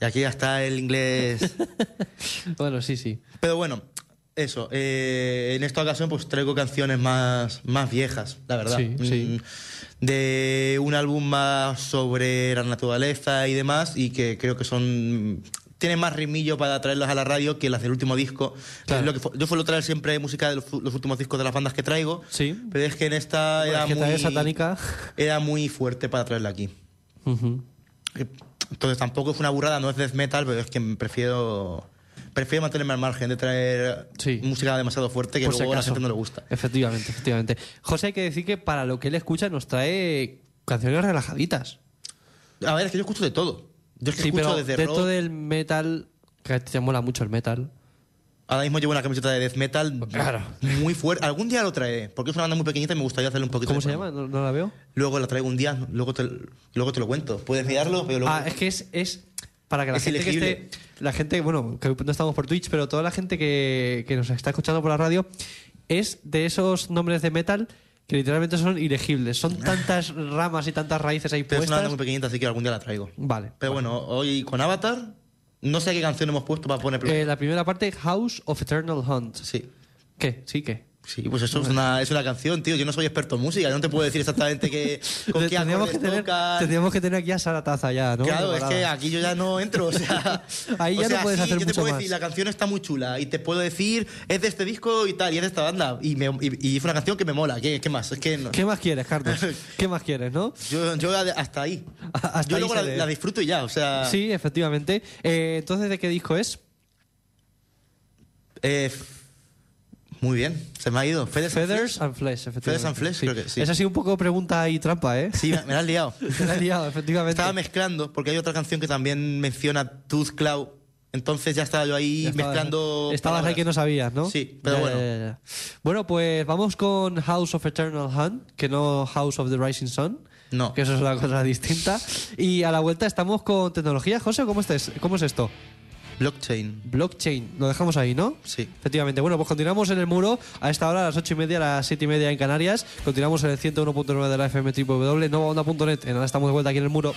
Y aquí ya está el inglés.
Bueno, sí, sí.
Pero bueno, eso. eh, en esta ocasión pues traigo canciones más, más viejas, la verdad.
Sí, sí.
Mm, De un álbum más sobre la naturaleza y demás y que creo que son... Tienen más ritmillo para traerlas a la radio que las del último disco.
Claro.
Es lo que fu- yo suelo traer siempre música de los, fu- los últimos discos de las bandas que traigo.
Sí.
Pero es que en esta
Hombre,
era
es que traer
muy...
satánica.
Era muy fuerte para traerla aquí.
Ujú.
Entonces tampoco es una burrada, no es death metal, pero es que prefiero prefiero mantenerme al margen de traer
Sí.
música demasiado fuerte que
Por si
luego a la
acaso.
gente no le gusta.
Efectivamente, efectivamente. José, hay que decir que para lo que él escucha nos trae canciones relajaditas.
A ver, es que yo escucho de todo. Yo es que
Sí,
escucho
pero
desde
dentro
rock.
del metal, que a ti te mola mucho el metal.
Ahora mismo llevo una camiseta de death metal
Pues Claro.
muy fuerte. Algún día lo traeré, porque es una banda muy pequeñita y me gustaría hacerle un poquito
¿Cómo
de
se
promo.
llama? No, no la veo.
Luego la traigo un día, luego te, luego te lo cuento. Puedes mirarlo, pero luego...
Ah, es que es, es para que la
Es
gente
ilegible.
que esté. La gente, bueno, que no estamos por Twitch, pero toda la gente que, que nos está escuchando por la radio es de esos nombres de metal que literalmente son ilegibles. Son tantas ramas y tantas raíces ahí
pero es una banda
puestas.
muy pequeñita, así que algún día la traigo.
Vale.
Pero bueno, hoy con Avatar, no sé qué canción hemos puesto para poner...
Eh, la primera parte, House of Eternal Hunt.
sí.
¿Qué? Sí, ¿qué?
Sí, pues eso es una, es una canción, tío. Yo no soy experto en música, yo no te puedo decir exactamente qué, con qué
Tendríamos que,
acordes
tener,
tocan.
tendríamos que tener aquí a Sara Taza ya, ¿no?
Claro, es que
Preparada.
aquí yo ya no entro, o sea...
Ahí
o
ya no
sea,
puedes
sí,
hacer
yo te
mucho
puedo
más.
decir, la canción está muy chula y te puedo decir, es de este disco y tal, y es de esta banda. Y, me- y, y es una canción que me mola, ¿qué, qué más? Es que no-
¿Qué más quieres, Carlos? ¿Qué más quieres, no?
yo, yo hasta ahí.
Hasta
yo
ahí
luego
se
la,
lee.
la disfruto y ya, o sea...
Sí, efectivamente. Eh, Entonces, ¿de qué disco es?
eh, muy bien, se me ha ido. Feathers, and
Feathers
Flesh.
and Flesh, efectivamente.
Feathers and Flesh, creo que sí.
Es así un poco pregunta y trampa, ¿eh?
Sí, me, me la has liado.
Te la has liado, efectivamente.
Estaba mezclando, porque hay otra canción que también menciona Tooth Cloud. Entonces ya estaba yo ahí
Ya estabas-
mezclando.
Estabas ahí
palabras.
que no sabías, ¿no?
Sí, pero bueno.
ya. Bueno, pues vamos con House of Eternal Hunt, que no House of the Rising Sun.
No.
Que eso es una cosa distinta. Y a la vuelta estamos con tecnología. José, ¿cómo, estés? ¿cómo es esto?
Blockchain.
Blockchain. Lo dejamos ahí, ¿no?
Sí.
Efectivamente. Bueno, pues continuamos en el muro a esta hora, a las 8 y media, a las 7 y media en Canarias. Continuamos en el 101.9 de la FM www, novaonda.net. En nada, estamos de vuelta aquí en el muro.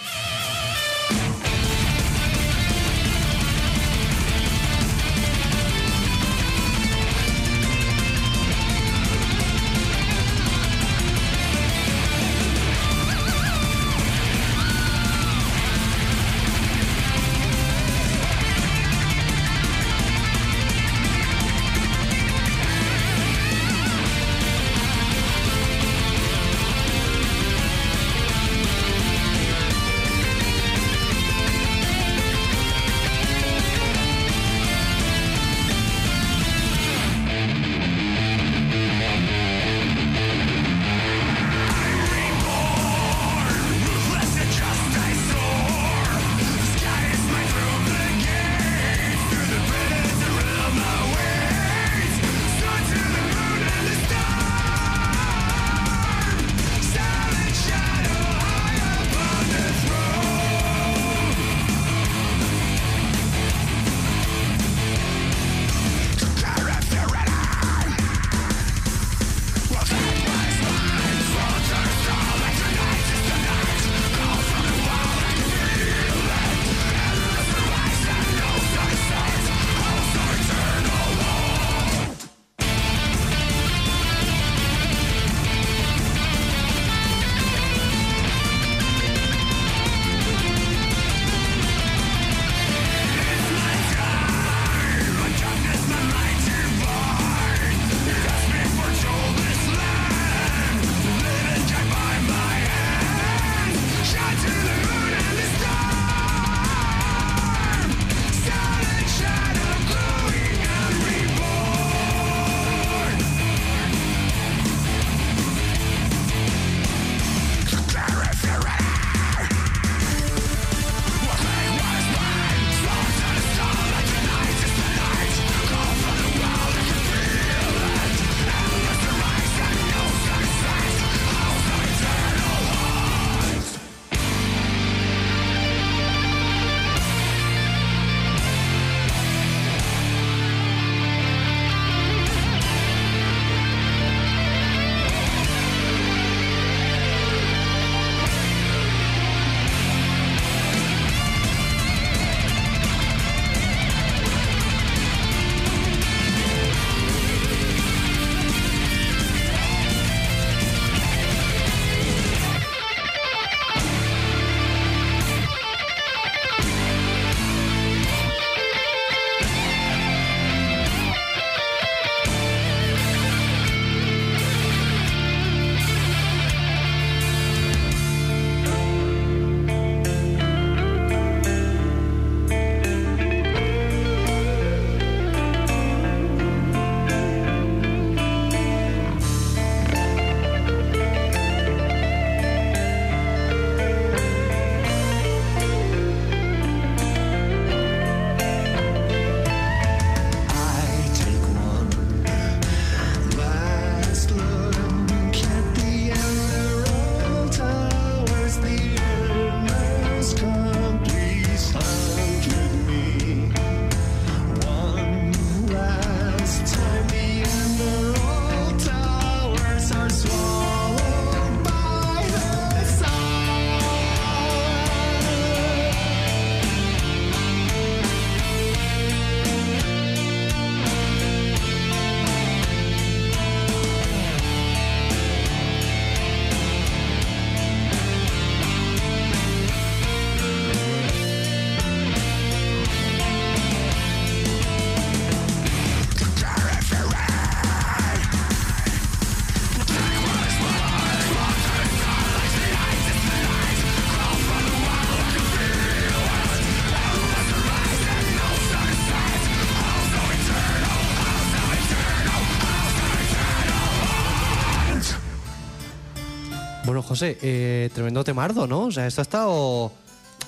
José, eh, tremendo temardo, ¿no? O sea, esto ha estado.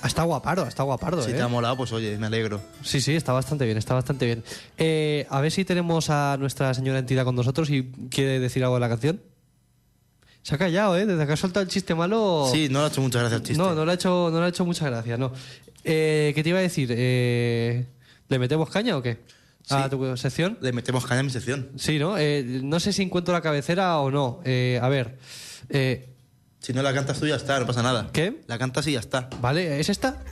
Ha estado guapardo, ha estado guapardo,
Si
¿eh?
te ha molado, pues oye, me alegro.
Sí, sí, está bastante bien, está bastante bien. Eh, a ver si tenemos a nuestra señora entidad con nosotros y quiere decir algo de la canción. Se ha callado, ¿eh? Desde que ha soltado el chiste malo.
Sí, no le ha hecho muchas gracias el chiste.
Oh. No, no le ha hecho, no le ha hecho mucha gracia, no. Eh, ¿Qué te iba a decir? Eh, ¿Le metemos caña o qué? ¿A
Sí.
tu sección?
Le metemos caña a mi sección.
Sí, ¿no? Eh, no sé si encuentro la cabecera o no. Eh, a ver. Eh,
Si no la cantas tú, ya está, no pasa nada.
¿Qué?
La cantas y ya está.
¿Vale? ¿Es esta?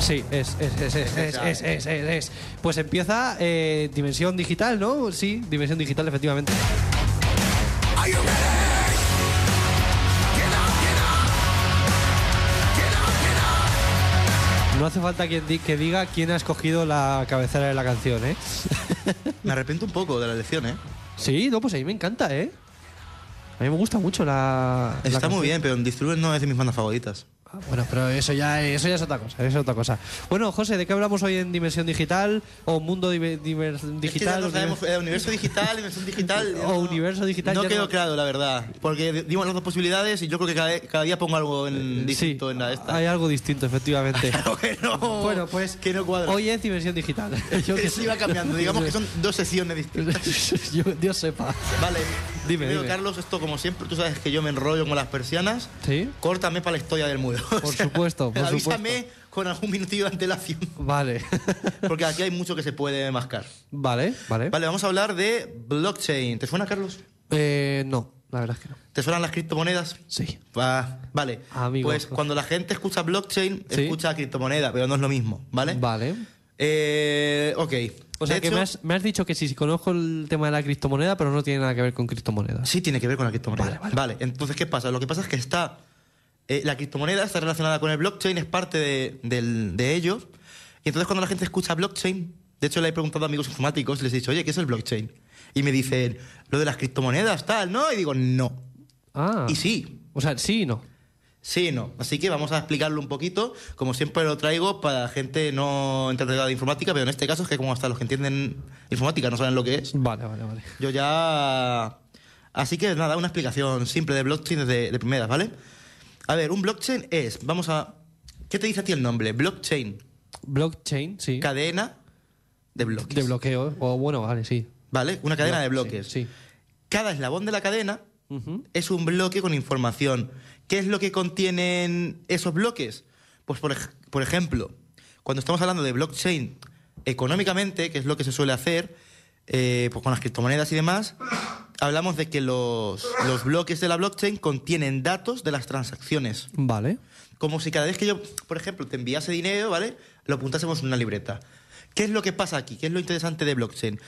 Sí, es, es, es, es, es, es, es, es, es. Pues empieza eh, Dimensión Digital, ¿no? Sí, Dimensión Digital, efectivamente. No hace falta que, di- que diga quién ha escogido la cabecera de la canción, ¿eh?
Me arrepiento un poco de la elección, ¿eh?
Sí, no, pues a mí me encanta, ¿eh? A mí me gusta mucho la... la
Está
canción.
muy bien, pero en Disturbios no es de mis bandas favoritas.
Ah, Bueno, pero eso ya, eso ya es otra cosa, eso es otra cosa. Bueno, José, ¿de qué hablamos hoy en Dimensión Digital o Mundo dive- diver-
Es que ya
Digital?
no
o
sabemos,
diver-
eh, universo digital, dimensión digital. ya
O
no-
universo digital,
No
ya
quedó
no-
claro, la verdad. Porque di- dimos las dos posibilidades y yo creo que cada, cada día pongo algo en,
Eh, Sí,
distinto en la esta.
hay algo distinto, efectivamente.
Claro que no.
bueno, pues
Que no cuadra.
hoy es Dimensión Digital. Yo qué
Sí,
sé.
va cambiando. Digamos que son dos sesiones distintas.
Yo- Dios sepa.
Vale.
Dime,
Primero,
dime.
Carlos, esto como siempre, tú sabes que yo me enrollo con las persianas.
¿Sí?
Córtame para la historia del mudo. O
Por supuesto, por
avísame con algún minutillo de antelación.
Vale.
Porque aquí hay mucho que se puede mascar.
vale, vale.
Vale, vamos a hablar de blockchain. ¿Te suena, Carlos?
Eh, no, la verdad es que no.
¿Te suenan las criptomonedas?
Sí.
Va, vale.
Amigo.
Pues cuando la gente escucha blockchain,
Sí.
escucha criptomoneda, pero no es lo mismo, ¿vale?
Vale.
Eh, ok.
O sea
De
que
hecho,
me, has, me has dicho que sí, sí, conozco el tema de la criptomoneda, pero no tiene nada que ver con criptomonedas.
Sí, tiene que ver con la criptomoneda.
Vale,
Vale,
vale.
entonces, ¿qué pasa? Lo que pasa es que está. eh, la criptomoneda está relacionada con el blockchain, es parte de, del- de ello. Y entonces, cuando la gente escucha blockchain, de hecho, le he preguntado a amigos informáticos, les he dicho, oye, ¿qué es el blockchain? Y me dicen, lo de las criptomonedas, tal, ¿no? Y digo, no.
Ah.
Y sí,
O sea, sí y no.
sí y no. Así que vamos a explicarlo un poquito. Como siempre lo traigo para gente no entendedora de informática, pero en este caso es que, como hasta los que entienden informática no saben lo que es.
Vale, vale, vale.
Yo ya. Así que nada, una explicación simple de blockchain desde de primeras, ¿vale? A ver, un blockchain es. Vamos a. ¿Qué te dice a ti el nombre? Blockchain.
Blockchain, sí.
Cadena de bloques.
De bloqueo. O bueno, vale, sí.
¿Vale? Una cadena de bloques.
Sí.
Cada eslabón de la cadena
Ujú.
es un bloque con información. ¿Qué es lo que contienen esos bloques? Pues, por, ej- por ejemplo, cuando estamos hablando de blockchain económicamente, que es lo que se suele hacer eh, pues con las criptomonedas y demás, hablamos de que los, los bloques de la blockchain contienen datos de las transacciones.
Vale.
Como si cada vez que yo, por ejemplo, te enviase dinero, ¿vale? Lo apuntásemos en una libreta. ¿Qué es lo que pasa aquí? ¿Qué es lo interesante de blockchain?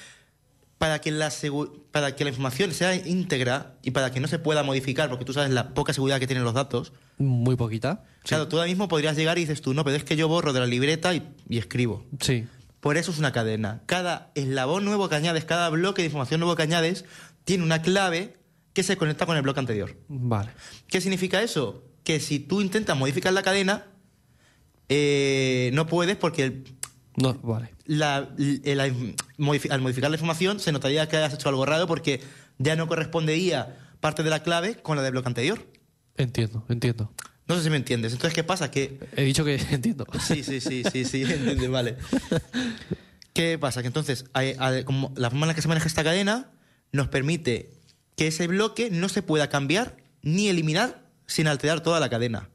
Para que, la segu- para que la información sea íntegra y para que no se pueda modificar, porque tú sabes la poca seguridad que tienen los datos,
Muy poquita.
claro, tú ahora mismo podrías llegar y dices tú, no, pero es que yo borro de la libreta y, y escribo.
Sí.
Por eso es una cadena. Cada eslabón nuevo que añades, cada bloque de información nuevo que añades, tiene una clave que se conecta con el bloque anterior.
Vale.
¿Qué significa eso? Que si tú intentas modificar la cadena, eh, no puedes porque el-
No, vale.
la- el- la- modifi- al modificar la información se notaría que has hecho algo raro porque ya no correspondería parte de la clave con la del bloque anterior.
Entiendo, entiendo.
No sé si me entiendes. Entonces, ¿qué pasa? Que
He dicho que entiendo.
Sí, sí, sí, sí, sí, entiende, vale. ¿Qué pasa? Que entonces, hay- hay- como la forma en la que se maneja esta cadena nos permite que ese bloque no se pueda cambiar ni eliminar sin alterar toda la cadena.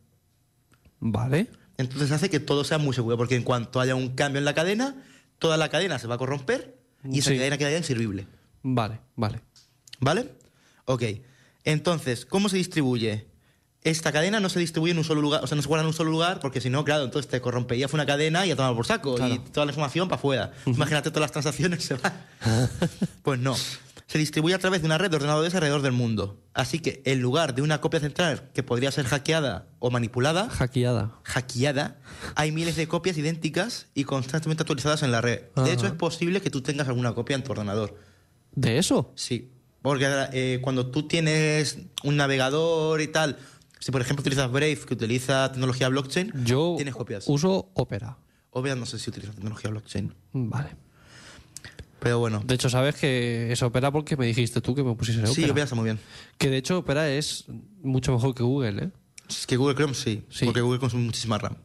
Vale.
Entonces hace que todo sea muy seguro, porque en cuanto haya un cambio en la cadena, toda la cadena se va a corromper y esa
Sí.
cadena quedaría inservible.
Vale, vale.
¿Vale? Ok. Entonces, ¿cómo se distribuye? Esta cadena no se distribuye en un solo lugar, o sea, no se guarda en un solo lugar, porque si no, claro, entonces te corromperías una cadena y a tomar por saco, y
Claro.
toda la información para afuera. Imagínate todas las transacciones se van. pues no. Se distribuye a través de una red de ordenadores alrededor del mundo. Así que, en lugar de una copia central que podría ser hackeada o manipulada,
Hackeada.
hackeada, hay miles de copias idénticas y constantemente actualizadas en la red.
Ajá.
De hecho, es posible que tú tengas alguna copia en tu ordenador.
¿De eso?
Sí, porque eh, cuando tú tienes un navegador y tal, si por ejemplo utilizas Brave, que utiliza tecnología blockchain,
Yo
tienes copias.
uso Opera.
Obviamente no sé si utiliza tecnología blockchain.
Vale.
Pero bueno.
De hecho, sabes que es Opera porque me dijiste tú que me pusieses Opera.
Sí, Opera está muy bien.
Que de hecho Opera es mucho mejor que Google, ¿eh?
Es que Google Chrome sí,
Sí.
porque Google consume muchísima RAM.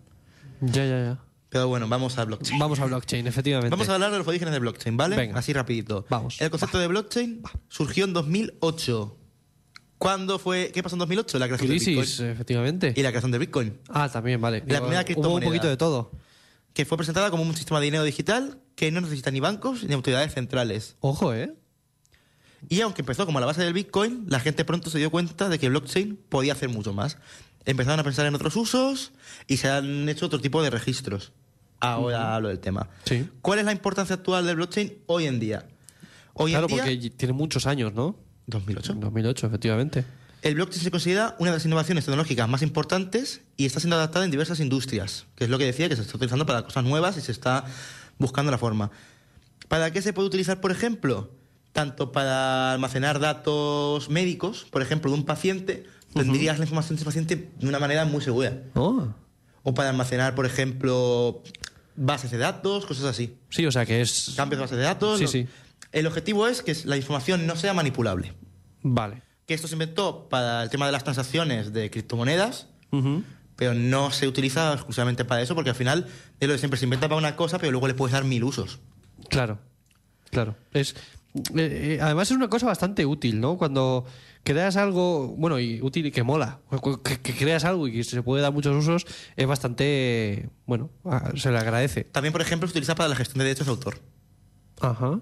Ya, ya, ya.
Pero bueno, vamos a blockchain.
Vamos a blockchain, efectivamente.
Vamos a hablar de los orígenes de blockchain, ¿vale?
Venga.
Así rapidito.
Vamos.
El concepto de blockchain surgió en 2008. ¿Cuándo fue? ¿Qué pasó en 2008? La creación de
Crisis,
Bitcoin.
efectivamente.
Y la creación de Bitcoin,
Ah, también, vale.
La primera
hubo un
criptomoneda.
poquito de todo.
que fue presentada como un sistema de dinero digital que no necesita ni bancos ni autoridades centrales.
Ojo, ¿eh?
Y aunque empezó como a la base del Bitcoin, la gente pronto se dio cuenta de que blockchain podía hacer mucho más. Empezaron a pensar en otros usos y se han hecho otro tipo de registros. Ahora hablo del tema.
Sí.
¿Cuál es la importancia actual del blockchain hoy en día? Hoy
claro,
en día,
porque tiene muchos años, ¿no?
2008.
2008, efectivamente.
El blockchain se considera una de las innovaciones tecnológicas más importantes y está siendo adaptada en diversas industrias, que es lo que decía, que se está utilizando para cosas nuevas y se está buscando la forma. ¿Para qué se puede utilizar, por ejemplo? Tanto para almacenar datos médicos, por ejemplo, de un paciente, tendrías la información de ese paciente de una manera muy segura.
Oh.
O para almacenar, por ejemplo, bases de datos, cosas así.
Sí, o sea que es...
Cambios de bases de datos.
Sí,
los-
sí.
El objetivo es que la información no sea manipulable
Vale.
que esto se inventó para el tema de las transacciones de criptomonedas,
Ujú.
pero no se utiliza exclusivamente para eso, porque al final es lo de siempre, se inventa para una cosa, pero luego le puedes dar mil usos.
Claro, claro. Es, eh, eh, además es una cosa bastante útil, ¿no? Cuando creas algo, bueno, y útil y que mola, cu- cu- que, que creas algo y que se puede dar muchos usos, es bastante, bueno, ah, se le agradece.
También, por ejemplo, se utiliza para la gestión de derechos de autor,
Ajá.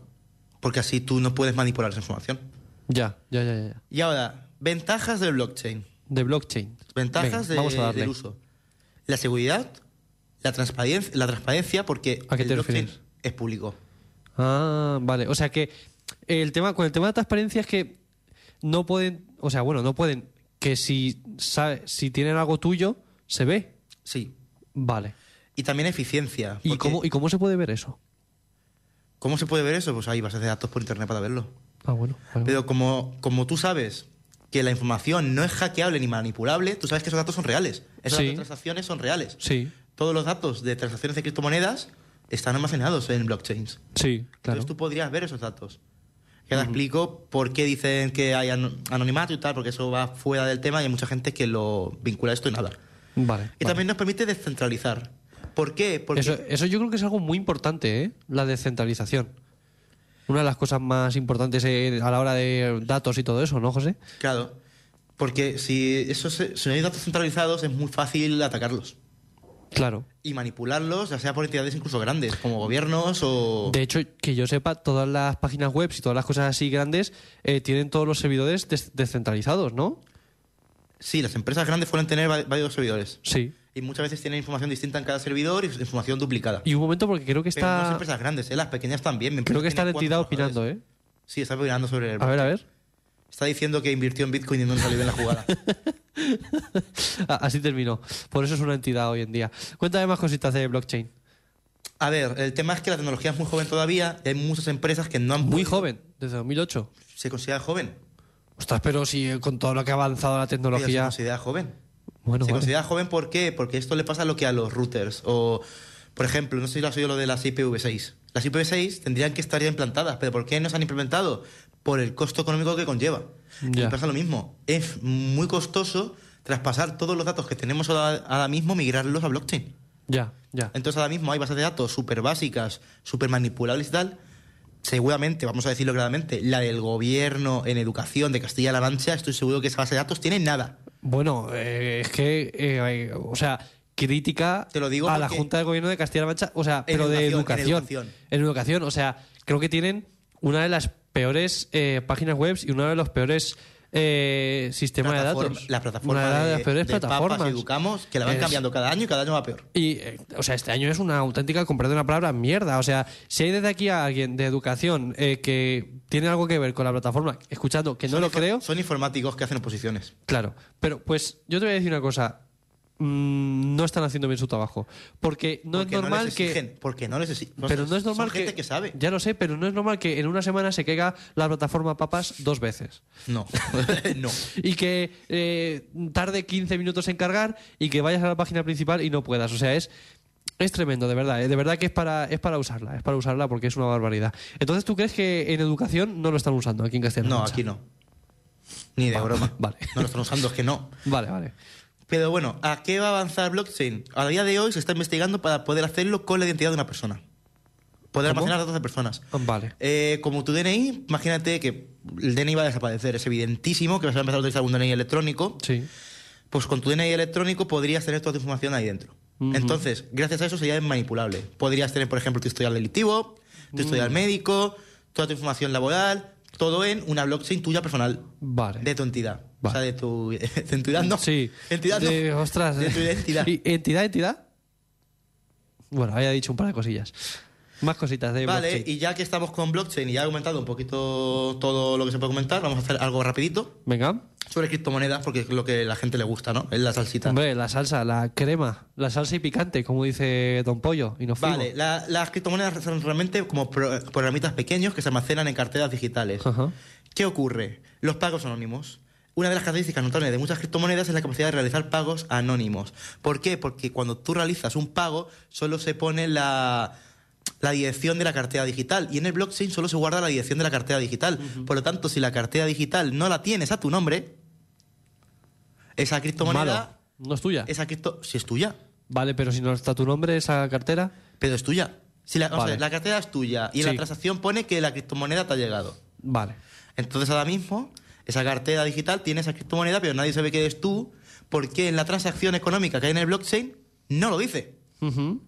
porque así tú no puedes manipular esa información.
Ya, ya, ya, ya.
Y ahora, ventajas del blockchain.
De blockchain. Venga,
Ventajas de-
vamos a darle.
del uso. La seguridad, la transparencia, la transparencia porque
¿A qué
el
te
blockchain
refieres?
es público.
Ah, vale. O sea que el tema, con el tema de transparencia es que no pueden, o sea, bueno, no pueden, que si, sabe- si tienen algo tuyo, se ve.
Sí.
Vale.
Y también eficiencia.
¿Y
porque-
cómo, ¿Y cómo se puede ver eso?
¿Cómo se puede ver eso? Pues hay bases de datos por internet para verlo.
Ah, bueno. vale.
Pero como, como tú sabes que la información no es hackeable ni manipulable, tú sabes que esos datos son reales. Esos
Sí.
datos de transacciones son reales.
Sí,
Todos los datos de transacciones de criptomonedas están almacenados en blockchains.
sí, claro. Mm.
Entonces tú podrías ver esos datos. Ya te explico por qué dicen que hay an- anonimato y tal, porque eso va fuera del tema y hay mucha gente que lo vincula a esto y nada.
Vale.
Y
vale.
también nos permite descentralizar. ¿Por qué? Porque
Eso, eso yo creo que es algo muy importante, ¿eh? La descentralización. Una de las cosas más importantes eh, a la hora de datos y todo eso, ¿no, José?
Claro, porque si, eso se- si no hay datos centralizados es muy fácil atacarlos
Claro.
y manipularlos, ya sea por entidades incluso grandes, como gobiernos o...
De hecho, que yo sepa, todas las páginas web y todas las cosas así grandes eh, tienen todos los servidores des- descentralizados, ¿no?
Sí, las empresas grandes suelen tener va- varios servidores.
Sí.
Y muchas veces tienen información distinta en cada servidor y información duplicada.
Y un momento porque creo que
Pero no las
está...
empresas grandes, ¿eh? las pequeñas también. Mi
Creo
empresa
que está la
tiene cuatro
entidad
trabajadores.
opinando, ¿eh?
Sí, está opinando sobre el...
A ver, a ver.
Está diciendo que invirtió en Bitcoin y no le salió bien la jugada.
Ah, Así terminó. Por eso es una entidad hoy en día. Cuéntame más cositas de blockchain.
A ver, el tema es que la tecnología es muy joven todavía y hay muchas empresas que no han...
Muy
podido-
joven, desde 2008.
Se considera joven.
Ostras, pero si eh, con todo lo que ha avanzado la
Pero se
tecnología.
considera joven.
Bueno,
se
vale.
considera joven ¿por qué? porque esto le pasa lo que a los routers. O, por ejemplo, no sé si lo has oído lo de las IPv6. Las IPv6 tendrían que estar ya implantadas, pero ¿por qué no se han implementado? Por el costo económico que conlleva.
Ya.
Y pasa lo mismo. Es muy costoso traspasar todos los datos que tenemos ahora, ahora mismo, migrarlos a blockchain.
Ya, ya.
Entonces ahora mismo hay bases de datos súper básicas, súper manipulables y tal. Seguramente, vamos a decirlo claramente, la del gobierno en educación de Castilla-La Mancha, estoy seguro que esa base de datos tiene nada.
Bueno, eh, es que, eh, eh, o sea, crítica
Te lo digo
a la
porque-
Junta de Gobierno de Castilla-La Mancha, o sea,
En
pero de
educación,
educación.
en educación.
En educación, o sea, creo que tienen una de las peores eh, páginas web y uno de los peores eh, sistemas de
plataforma-
datos.
La plataforma
Una de las
de-
peores
de Papas
plataformas.
y Educamos, que la van
Es-
cambiando cada año y cada año va peor.
Y, eh, o sea, este año es una auténtica, con perdón la palabra, mierda. O sea, si hay desde aquí a alguien de educación eh, que tiene algo que ver con la plataforma, escuchando que no
Son
lo
infor-
creo,
Son informáticos que hacen oposiciones.
claro. Pero pues yo te voy a decir una cosa. Mm, no están haciendo bien su trabajo. Porque no
Porque
es normal
les
que.
exigen, porque no les exigen.
Pero no es normal
son
que.
gente que sabe.
Ya lo sé, pero no es normal que en una semana se caiga la plataforma Papas dos veces.
No, no.
Y que eh, tarde 15 minutos en cargar y que vayas a la página principal y no puedas. O sea, es. Es tremendo, de verdad. ¿eh? De verdad que es para, es para usarla. Es para usarla porque es una barbaridad. Entonces, ¿tú crees que en educación no lo están usando aquí en Castellano?
No, aquí no. Ni de broma.
vale.
No lo están usando, es que no.
Vale, vale.
Pero bueno, ¿a qué va a avanzar blockchain? A día de hoy se está investigando para poder hacerlo con la identidad de una persona. Poder
¿Cómo?
almacenar datos de personas.
Vale.
Eh, como tu DNI, imagínate que el DNI va a desaparecer. Es evidentísimo que vas a empezar a utilizar un DNI electrónico.
Sí.
Pues con tu DNI electrónico podrías tener toda tu información ahí dentro. Entonces, gracias a eso sería manipulable. Podrías tener, por ejemplo, tu historial delictivo, tu
Mm.
historial médico, toda tu información laboral, todo en una blockchain tuya personal.
Vale.
De tu entidad.
Vale.
O sea, de tu. de entidad no.
Sí.
Entidad no.
De- ostras. eh,
De tu identidad.
¿Y ¿Entidad, entidad? Bueno, había dicho un par de cosillas. Más cositas de
Vale,
blockchain.
y ya que estamos con blockchain y ya he comentado un poquito todo lo que se puede comentar, vamos a hacer algo rapidito
Venga.
sobre criptomonedas, porque es lo que la gente le gusta, ¿no? Es la salsita.
Hombre, la salsa, la crema, la salsa y picante, como dice Don Pollo, y nos fuimos.
Vale, la- las criptomonedas son realmente como pro- programitas pequeños que se almacenan en carteras digitales.
Ajá.
¿Qué ocurre? Los pagos anónimos. Una de las características notables de muchas criptomonedas es la capacidad de realizar pagos anónimos. ¿Por qué? Porque cuando tú realizas un pago, solo se pone la, la dirección de la cartera digital. Y en el blockchain solo se guarda la dirección de la cartera digital. Por lo tanto, si la cartera digital no la tienes a tu nombre, esa
Malo.
criptomoneda.
No es tuya.
Esa cripto. Si es tuya.
Vale, pero si no está tu nombre, esa cartera.
Pero es tuya. Si la, vamos a
Vale.
ver, la cartera es tuya y en
Sí.
la transacción pone que la criptomoneda te ha llegado.
Vale.
Entonces ahora mismo esa cartera digital tiene esa criptomoneda, pero nadie sabe que eres tú porque en la transacción económica que hay en el blockchain no lo dice.
Ujú.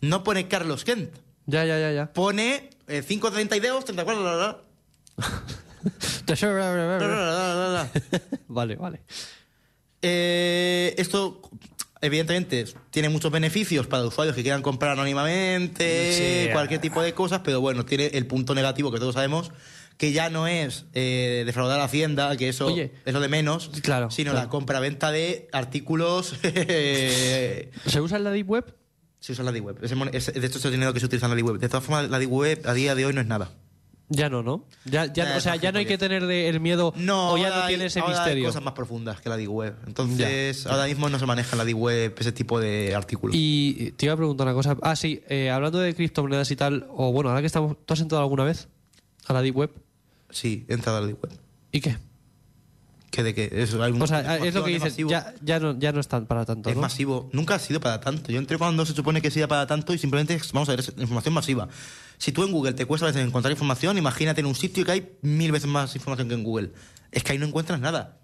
No pone Carlos Kent.
Ya, ya, ya, ya.
Pone eh, 532, 34, la, la, la, la, la, la, la, la, la.
vale, vale.
Eh, esto, evidentemente, tiene muchos beneficios para usuarios que quieran comprar anónimamente,
Sí.
cualquier tipo de cosas, pero bueno, tiene el punto negativo que todos sabemos, que ya no es eh, defraudar a Hacienda, que eso
Oye.
es lo de menos,
Claro,
sino
claro.
la compra-venta de artículos. eh,
¿Se usa en la Deep Web?
se usa la D-Web. De hecho, es el dinero que se utiliza en la D-Web. De todas formas, la D-Web a día de hoy no es nada.
Ya no, ¿no? Ya, ya,
Ya,
o sea,
es
ya no hay que
gilipollas.
tener de- el miedo
No,
o ya
ahora
no
hay-
tiene ese
ahora hay
misterio.
cosas más profundas que la D-Web. Entonces, ahora mismo no se maneja en la D-Web ese tipo de artículos.
Y eh, te iba a preguntar una cosa. Ah, sí, eh, hablando de criptomonedas y tal, o bueno, ahora que estamos. ¿Tú has entrado alguna vez a la Deep Web?
Sí, he entrado a la Deep Web.
¿Y qué?
Que de que es, hay un-
O sea, es lo que
es
dices,
masivo.
ya, ya, no, ya no están para tanto.
Es
¿no?
masivo. Nunca ha sido para tanto. Yo entré cuando se supone que sea para tanto y simplemente, es- vamos a ver, es información masiva. Si tú en Google te cuesta a veces encontrar información, imagínate en un sitio que hay mil veces más información que en Google. Es que ahí no encuentras nada.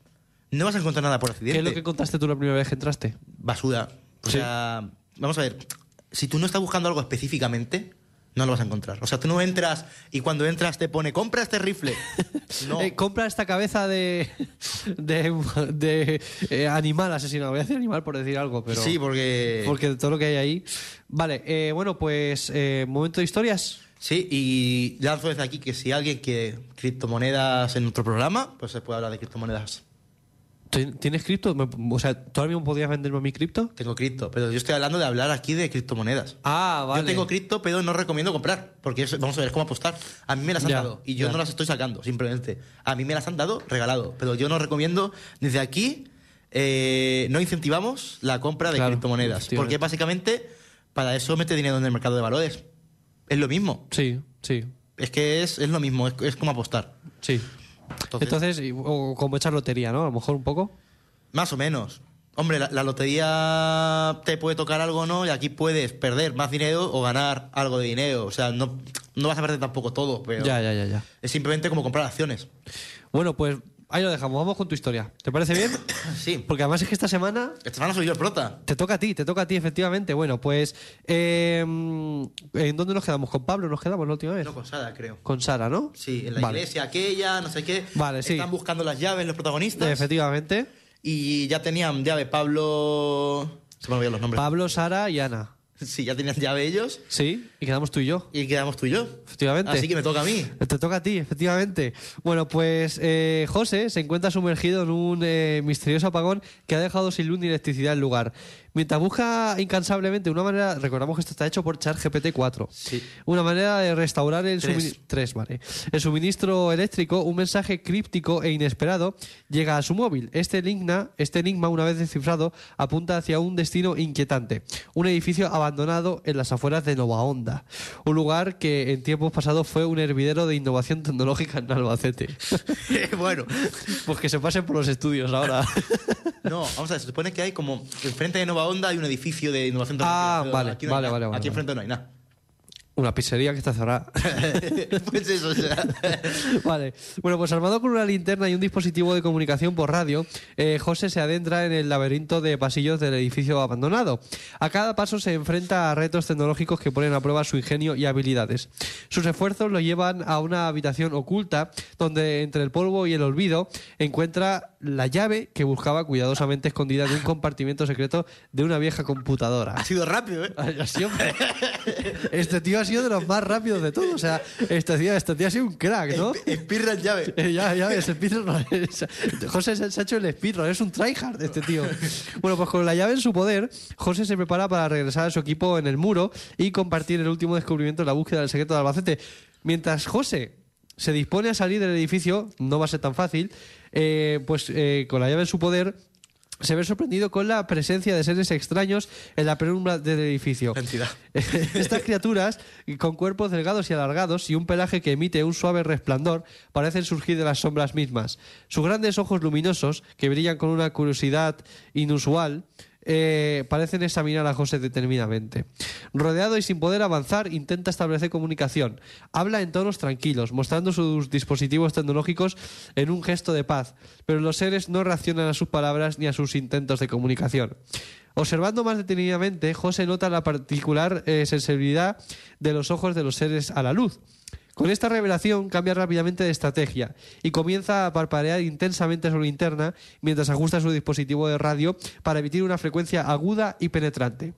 No vas a encontrar nada por
¿Qué
accidente.
es lo que contaste tú la primera vez que entraste?
Basura. O
Sí.
sea, vamos a ver, si tú no estás buscando algo específicamente, no lo vas a encontrar. O sea, tú no entras y cuando entras te pone, compra este rifle. No.
Eh, compra esta cabeza de, de, de, eh, animal asesinado. Voy a decir animal por decir algo, pero.
sí, porque...
Porque todo lo que hay ahí. Vale, eh, bueno, pues eh, momento de historias.
Sí, y lanzo desde aquí que si alguien quiere criptomonedas en nuestro programa, pues se puede hablar de criptomonedas.
¿Ti- ¿Tienes cripto? Me- O sea, ¿tú ahora mismo podías venderme mi cripto?
Tengo cripto, pero yo estoy hablando de hablar aquí de criptomonedas.
Ah, vale.
Yo tengo cripto, pero no recomiendo comprar, porque es- vamos a ver, es como apostar. A mí me las han
Ya,
dado y yo
ya.
no las estoy sacando, simplemente. A mí me las han dado regalado, pero yo no recomiendo desde aquí, eh, no incentivamos la compra de
Claro,
criptomonedas,
efectivamente.
porque básicamente para eso mete dinero en el mercado de valores. Es lo mismo,
Sí, sí,
es que es, es lo mismo, es, es como apostar.
sí.
Entonces-
Entonces, y- o como echar lotería, ¿no? A lo mejor un poco.
Más o menos. Hombre, la, la lotería te puede tocar algo o no, y aquí puedes perder más dinero o ganar algo de dinero. O sea, no, no vas a perder tampoco todo, pero
Ya, ya, ya, ya.
es simplemente como comprar acciones.
Bueno, pues ahí lo dejamos. Vamos con tu historia. ¿Te parece bien?
Sí.
Porque además es que esta semana
Esta semana soy yo el prota.
Te toca a ti, te toca a ti, efectivamente. Bueno, pues. eh, ¿En dónde nos quedamos? ¿Con Pablo nos quedamos la última vez?
No con Sada, creo.
Con Sara, ¿no?
Sí, en la
Vale.
iglesia aquella, no sé qué.
Vale, sí.
Están buscando las llaves los protagonistas.
Efectivamente.
y ya tenían llave Pablo... Se me olvidan los nombres.
Pablo, Sara y Ana.
Sí, ya tenían llave ellos
Sí, y quedamos tú y yo.
y quedamos tú y yo.
Efectivamente.
Así que me toca a mí.
Te toca a ti, efectivamente. Bueno, pues eh, José se encuentra sumergido en un eh, misterioso apagón que ha dejado sin luz ni electricidad el lugar. mientras busca incansablemente una manera, recordamos que esto está hecho por ChatGPT 4,
Sí.
una manera de restaurar el,
Tres.
suministro, vale. el suministro eléctrico, un mensaje críptico e inesperado llega a su móvil. Este enigma, este enigma, una vez descifrado, apunta hacia un destino inquietante, un edificio abandonado en las afueras de Nova Onda, un lugar que en tiempos pasados fue un hervidero de innovación tecnológica en Albacete.
bueno,
Pues que se pasen por los estudios ahora.
no, vamos a ver, se supone que hay como. Enfrente de Nova Onda hay un edificio de innovación
Ah,
tecnológica, pero
vale,
aquí no hay
vale,
nada.
vale, vale, vale.
Aquí enfrente no hay nada.
Una pizzería que está cerrada.
pues eso, o sea.
Vale. Bueno, pues armado con una linterna y un dispositivo de comunicación por radio, eh, José se adentra en el laberinto de pasillos del edificio abandonado. A cada paso se enfrenta a retos tecnológicos que ponen a prueba su ingenio y habilidades. Sus esfuerzos lo llevan a una habitación oculta donde entre el polvo y el olvido encuentra la llave que buscaba cuidadosamente escondida en un compartimento secreto de una vieja computadora.
Ha sido rápido, ¿eh?
Ha sido- Este tío ha sido de los más rápidos de todos. O sea, este tío, este tío ha sido un crack, ¿no?
Speedrun llave.
Eh, ya, ya ves, el speedrun. José se, se ha hecho el speedrun, es un tryhard este tío. Bueno, pues con la llave en su poder, José se prepara para regresar a su equipo en el muro y compartir el último descubrimiento en la búsqueda del secreto de Albacete. Mientras José se dispone a salir del edificio, no va a ser tan fácil, eh, pues eh, con la llave en su poder. Se ve sorprendido con la presencia de seres extraños en la penumbra del edificio.
Cantidad.
Estas criaturas, con cuerpos delgados y alargados y un pelaje que emite un suave resplandor, parecen surgir de las sombras mismas. Sus grandes ojos luminosos, que brillan con una curiosidad inusual, eh, parecen examinar a José determinadamente. Rodeado y sin poder avanzar, intenta establecer comunicación. Habla en tonos tranquilos, mostrando sus dispositivos tecnológicos en un gesto de paz, pero los seres no reaccionan a sus palabras ni a sus intentos de comunicación. Observando más detenidamente, José nota la particular eh, sensibilidad de los ojos de los seres a la luz. Con esta revelación cambia rápidamente de estrategia y comienza a parpadear intensamente su linterna mientras ajusta su dispositivo de radio para emitir una frecuencia aguda y penetrante.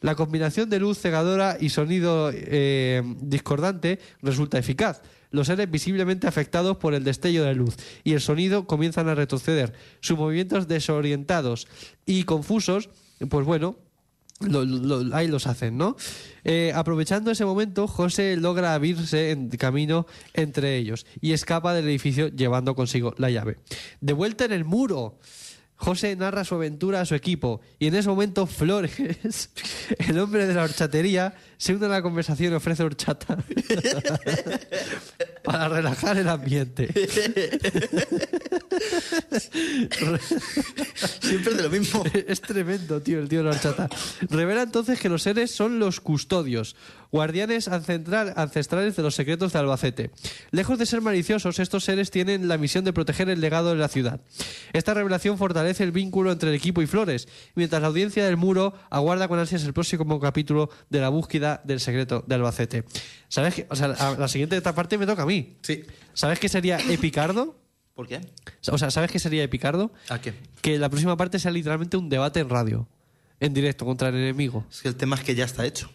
La combinación de luz cegadora y sonido eh, discordante resulta eficaz. Los seres visiblemente afectados por el destello de luz y el sonido comienzan a retroceder, sus movimientos desorientados y confusos, pues bueno, lo- lo- ahí los hacen, ¿no? Eh, aprovechando ese momento, José logra abrirse en camino entre ellos y escapa del edificio llevando consigo la llave. De vuelta en el muro, José narra su aventura a su equipo y en ese momento Flores, el hombre de la horchatería, se une a la conversación y ofrece horchata para relajar el ambiente.
Siempre de lo mismo.
Es tremendo, tío, el tío de la horchata. Revela entonces que los seres son los custodios, guardianes ancestral- ancestrales de los secretos de Albacete. Lejos de ser maliciosos, estos seres tienen la misión de proteger el legado de la ciudad. Esta revelación fortalece el vínculo entre el equipo y Flores, mientras la audiencia del muro aguarda con ansias el próximo capítulo de la búsqueda del secreto de Albacete. ¿Sabes que, o sea, a- la siguiente de esta parte me toca a mí.
Sí.
¿Sabes qué sería Epicardo?
¿Por qué?
O sea, ¿sabes qué sería Epicardo?
¿A qué?
que la próxima parte sea literalmente un debate en radio, en directo contra el enemigo.
Es que el tema es que ya está hecho.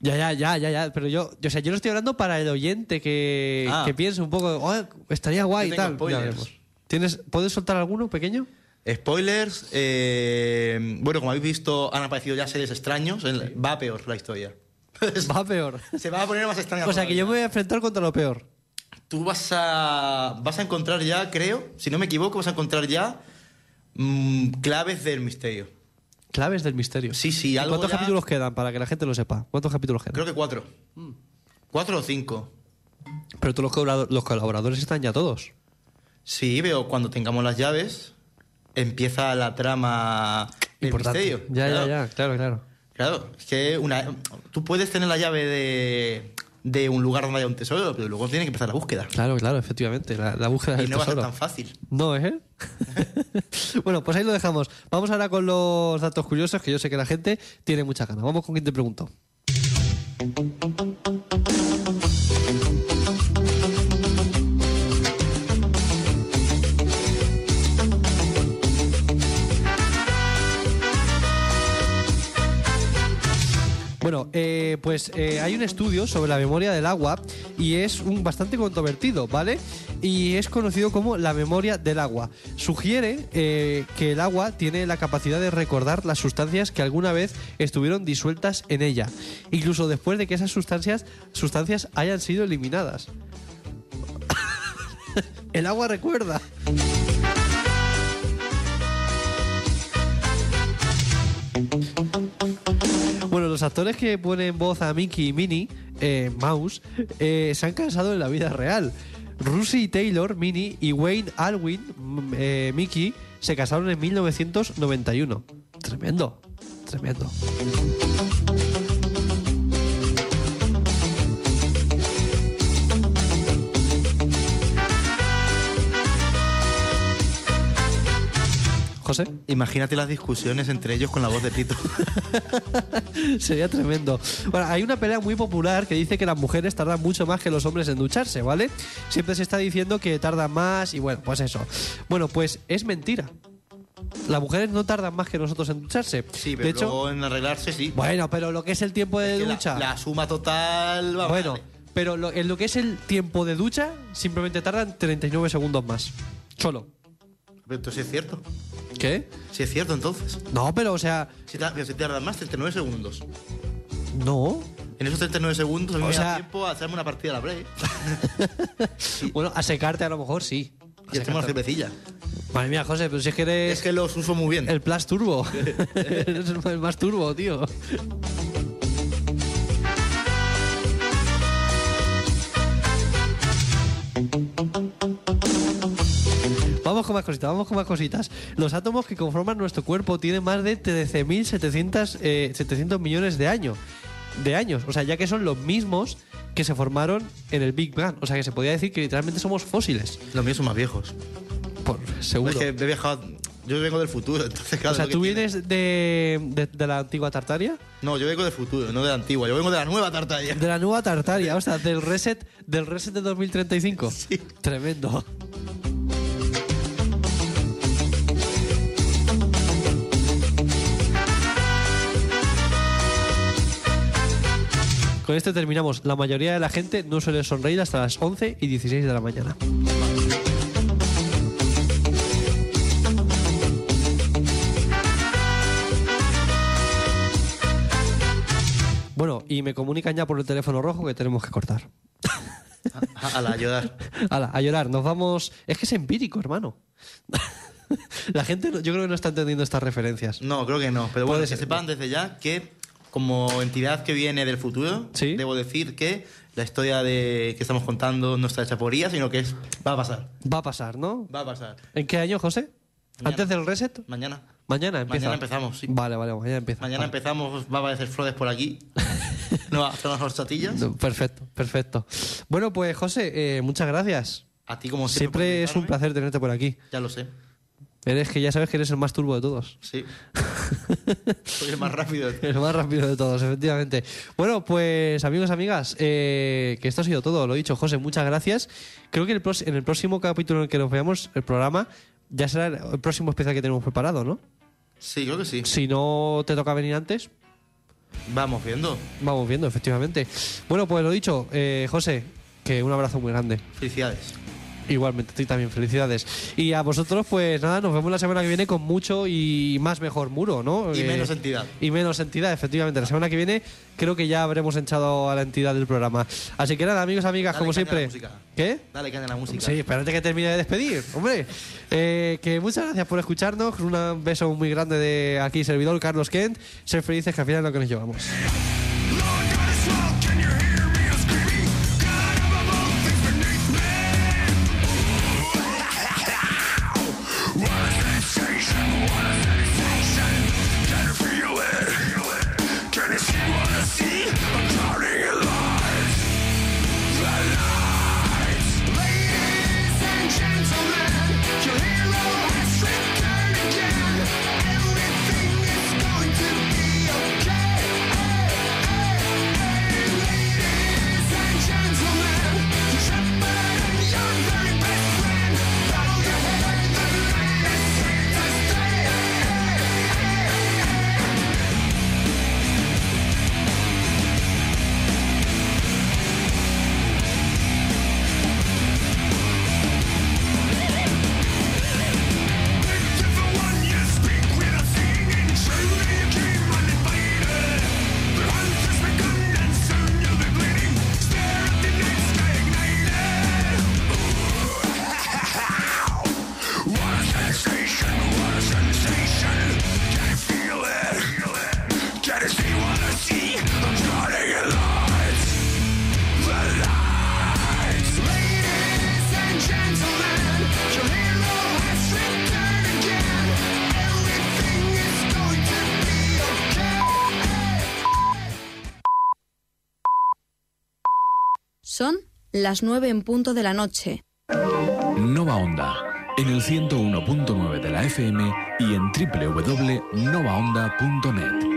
Ya, ya, ya, ya, ya. Pero yo, yo, o sea, yo lo estoy hablando para el oyente que,
Ah.
que piense un poco, "Oh, estaría guay y
Yo tengo
tal. Ya
spoilers.
veremos. ¿Tienes, ¿Puedes soltar alguno pequeño?
Spoilers. eh, bueno, como habéis visto, han aparecido ya seres extraños. en la- Va peor la historia.
Va peor.
Se va a poner más extraña.
o sea, que yo me voy a enfrentar contra lo peor.
Tú vas a, vas a encontrar ya, creo, si no me equivoco, vas a encontrar ya mm, claves del misterio.
Claves del misterio.
Sí, sí,
¿Y
algo
¿Cuántos
ya-
capítulos quedan para que la gente lo sepa? ¿Cuántos capítulos quedan?
Creo que cuatro.
Mm.
Cuatro o cinco.
Pero todos los, colabora- los colaboradores están ya todos.
Sí, veo cuando tengamos las llaves, empieza la trama del misterio.
Ya,
claro.
ya, ya, claro, claro.
Claro, es que una, tú puedes tener la llave de, de un lugar donde haya un tesoro, pero luego tiene que empezar la búsqueda.
Claro, claro, efectivamente. La, la búsqueda
Y
del
no va a ser
tesoro.
tan fácil.
No, ¿eh? bueno, pues ahí lo dejamos. Vamos ahora con los datos curiosos, que yo sé que la gente tiene mucha ganas. Vamos con quien te pregunto. Bueno, eh, pues eh, hay un estudio sobre la memoria del agua y es un bastante controvertido, ¿vale? Y es conocido como la memoria del agua. Sugiere eh, que el agua tiene la capacidad de recordar las sustancias que alguna vez estuvieron disueltas en ella, incluso después de que esas sustancias, sustancias hayan sido eliminadas. el agua recuerda. Bueno, los actores que ponen voz a Mickey y Minnie, eh, Mouse, eh, se han cansado en la vida real. Russi Taylor, Minnie, y Wayne Alwyn, mm, eh, Mickey, se casaron en 1991. Tremendo, tremendo. José.
Imagínate las discusiones entre ellos con la voz de Tito.
Sería tremendo. Bueno, hay una pelea muy popular que dice que las mujeres tardan mucho más que los hombres en ducharse, ¿vale? Siempre se está diciendo que tardan más y bueno, pues eso. Bueno, pues es mentira. Las mujeres no tardan más que nosotros en ducharse.
Sí, pero
de hecho,
luego en arreglarse sí.
bueno, pero lo que es el tiempo de
Que la-
ducha.
La, suma total. vamos,
bueno,
dale.
pero lo- en lo que es el tiempo de ducha, simplemente tardan 39 segundos más. Solo.
Pero esto sí es cierto.
¿Qué?
Sí es cierto, entonces.
No, pero o sea,
Si, ta- pero si tardan más, 39 segundos.
no.
En esos 39 segundos a mí
O
me
sea-
da tiempo a hacerme una partida a la play.
Bueno, a secarte a lo mejor sí. A
Y hacemos una
secarte.
cervecilla.
Madre mía, José, pero si es que eres.
Es que los uso muy bien.
Eh, El Plus Turbo. es el más turbo, tío. Vamos con más cositas, vamos con más cositas. Los átomos que conforman nuestro cuerpo tienen más de 13.700 eh, 700 millones de años. De años, o sea, ya que son los mismos que se formaron en el Big Bang. O sea, que se podría decir que literalmente somos fósiles.
Los míos son más viejos.
Por seguro.
Es que he viajado. Yo vengo del futuro, entonces claro.
o sea,
lo que
¿tú
tiene-
vienes de, de- de la antigua Tartaria?
No, yo vengo del futuro, no de la antigua. Yo vengo de la nueva tartalla.
De la nueva Tartaria, o sea, del reset, del reset de 2035.
Sí.
Tremendo. Con este terminamos. La mayoría de la gente no suele sonreír hasta las 11 y 16 de la mañana. Bueno, y me comunican ya por el teléfono rojo que tenemos que cortar.
A, a la ayudar.
Hala, a llorar, nos vamos. Es que es empírico, hermano. la gente, no- yo creo que no está entendiendo estas referencias.
No, creo que no. Pero bueno,
Puede
que
ser.
sepan desde ya que como entidad que viene del futuro,
Sí.
debo decir que la historia de que estamos contando no está hecha por ella, sino que es va a pasar.
Va a pasar, ¿no?
Va a pasar.
¿En qué año, José? ¿Antes del reset?
Mañana.
Mañana empieza.
Mañana empezamos, sí.
Vale, vale, mañana empieza.
Mañana
Vale.
empezamos, va a aparecer Flores por aquí. Nos va a hacer unas horchatillas.
No, Perfecto, perfecto. Bueno, pues José, eh, muchas gracias.
A ti, como siempre.
Siempre
por
es un
invitarme.
placer tenerte por aquí.
Ya lo sé.
Eres que ya sabes que eres el más turbo de todos.
Sí. Soy el más rápido.
El más rápido de todos, efectivamente. Bueno, pues amigos, amigas, eh, que esto ha sido todo. Lo dicho, José, muchas gracias. Creo que el pros- en el próximo capítulo en el que nos veamos, el programa, ya será el- el próximo especial que tenemos preparado, ¿no?
Sí, creo que sí.
Si no te toca venir antes,
Vamos viendo.
vamos viendo, efectivamente. Bueno, pues lo dicho, eh, José, que un abrazo muy grande.
Felicidades.
Igualmente, a ti también, felicidades. Y a vosotros, pues nada, nos vemos la semana que viene con mucho y más mejor muro, ¿no?
Y
Eh,
menos entidad.
Y menos entidad, efectivamente. La semana que viene creo que ya habremos echado a la entidad del programa. Así que nada, amigos, amigas,
Dale
como
caña a la
siempre.
música.
¿Qué?
Dale caña a la música.
Sí, espérate que termine de despedir, hombre. Eh, que muchas gracias por escucharnos. Un beso muy grande de aquí, servidor Carlos Kent. Ser felices que al final es lo que nos llevamos.
Can you see what I see? I'm drowning in lies. The lights. Ladies and gentlemen, your hero has returned again. Everything is going to be okay.
Son las nueve en punto de la noche.
Nova Onda, en el 101.9 de la FM y en www.novaonda.net.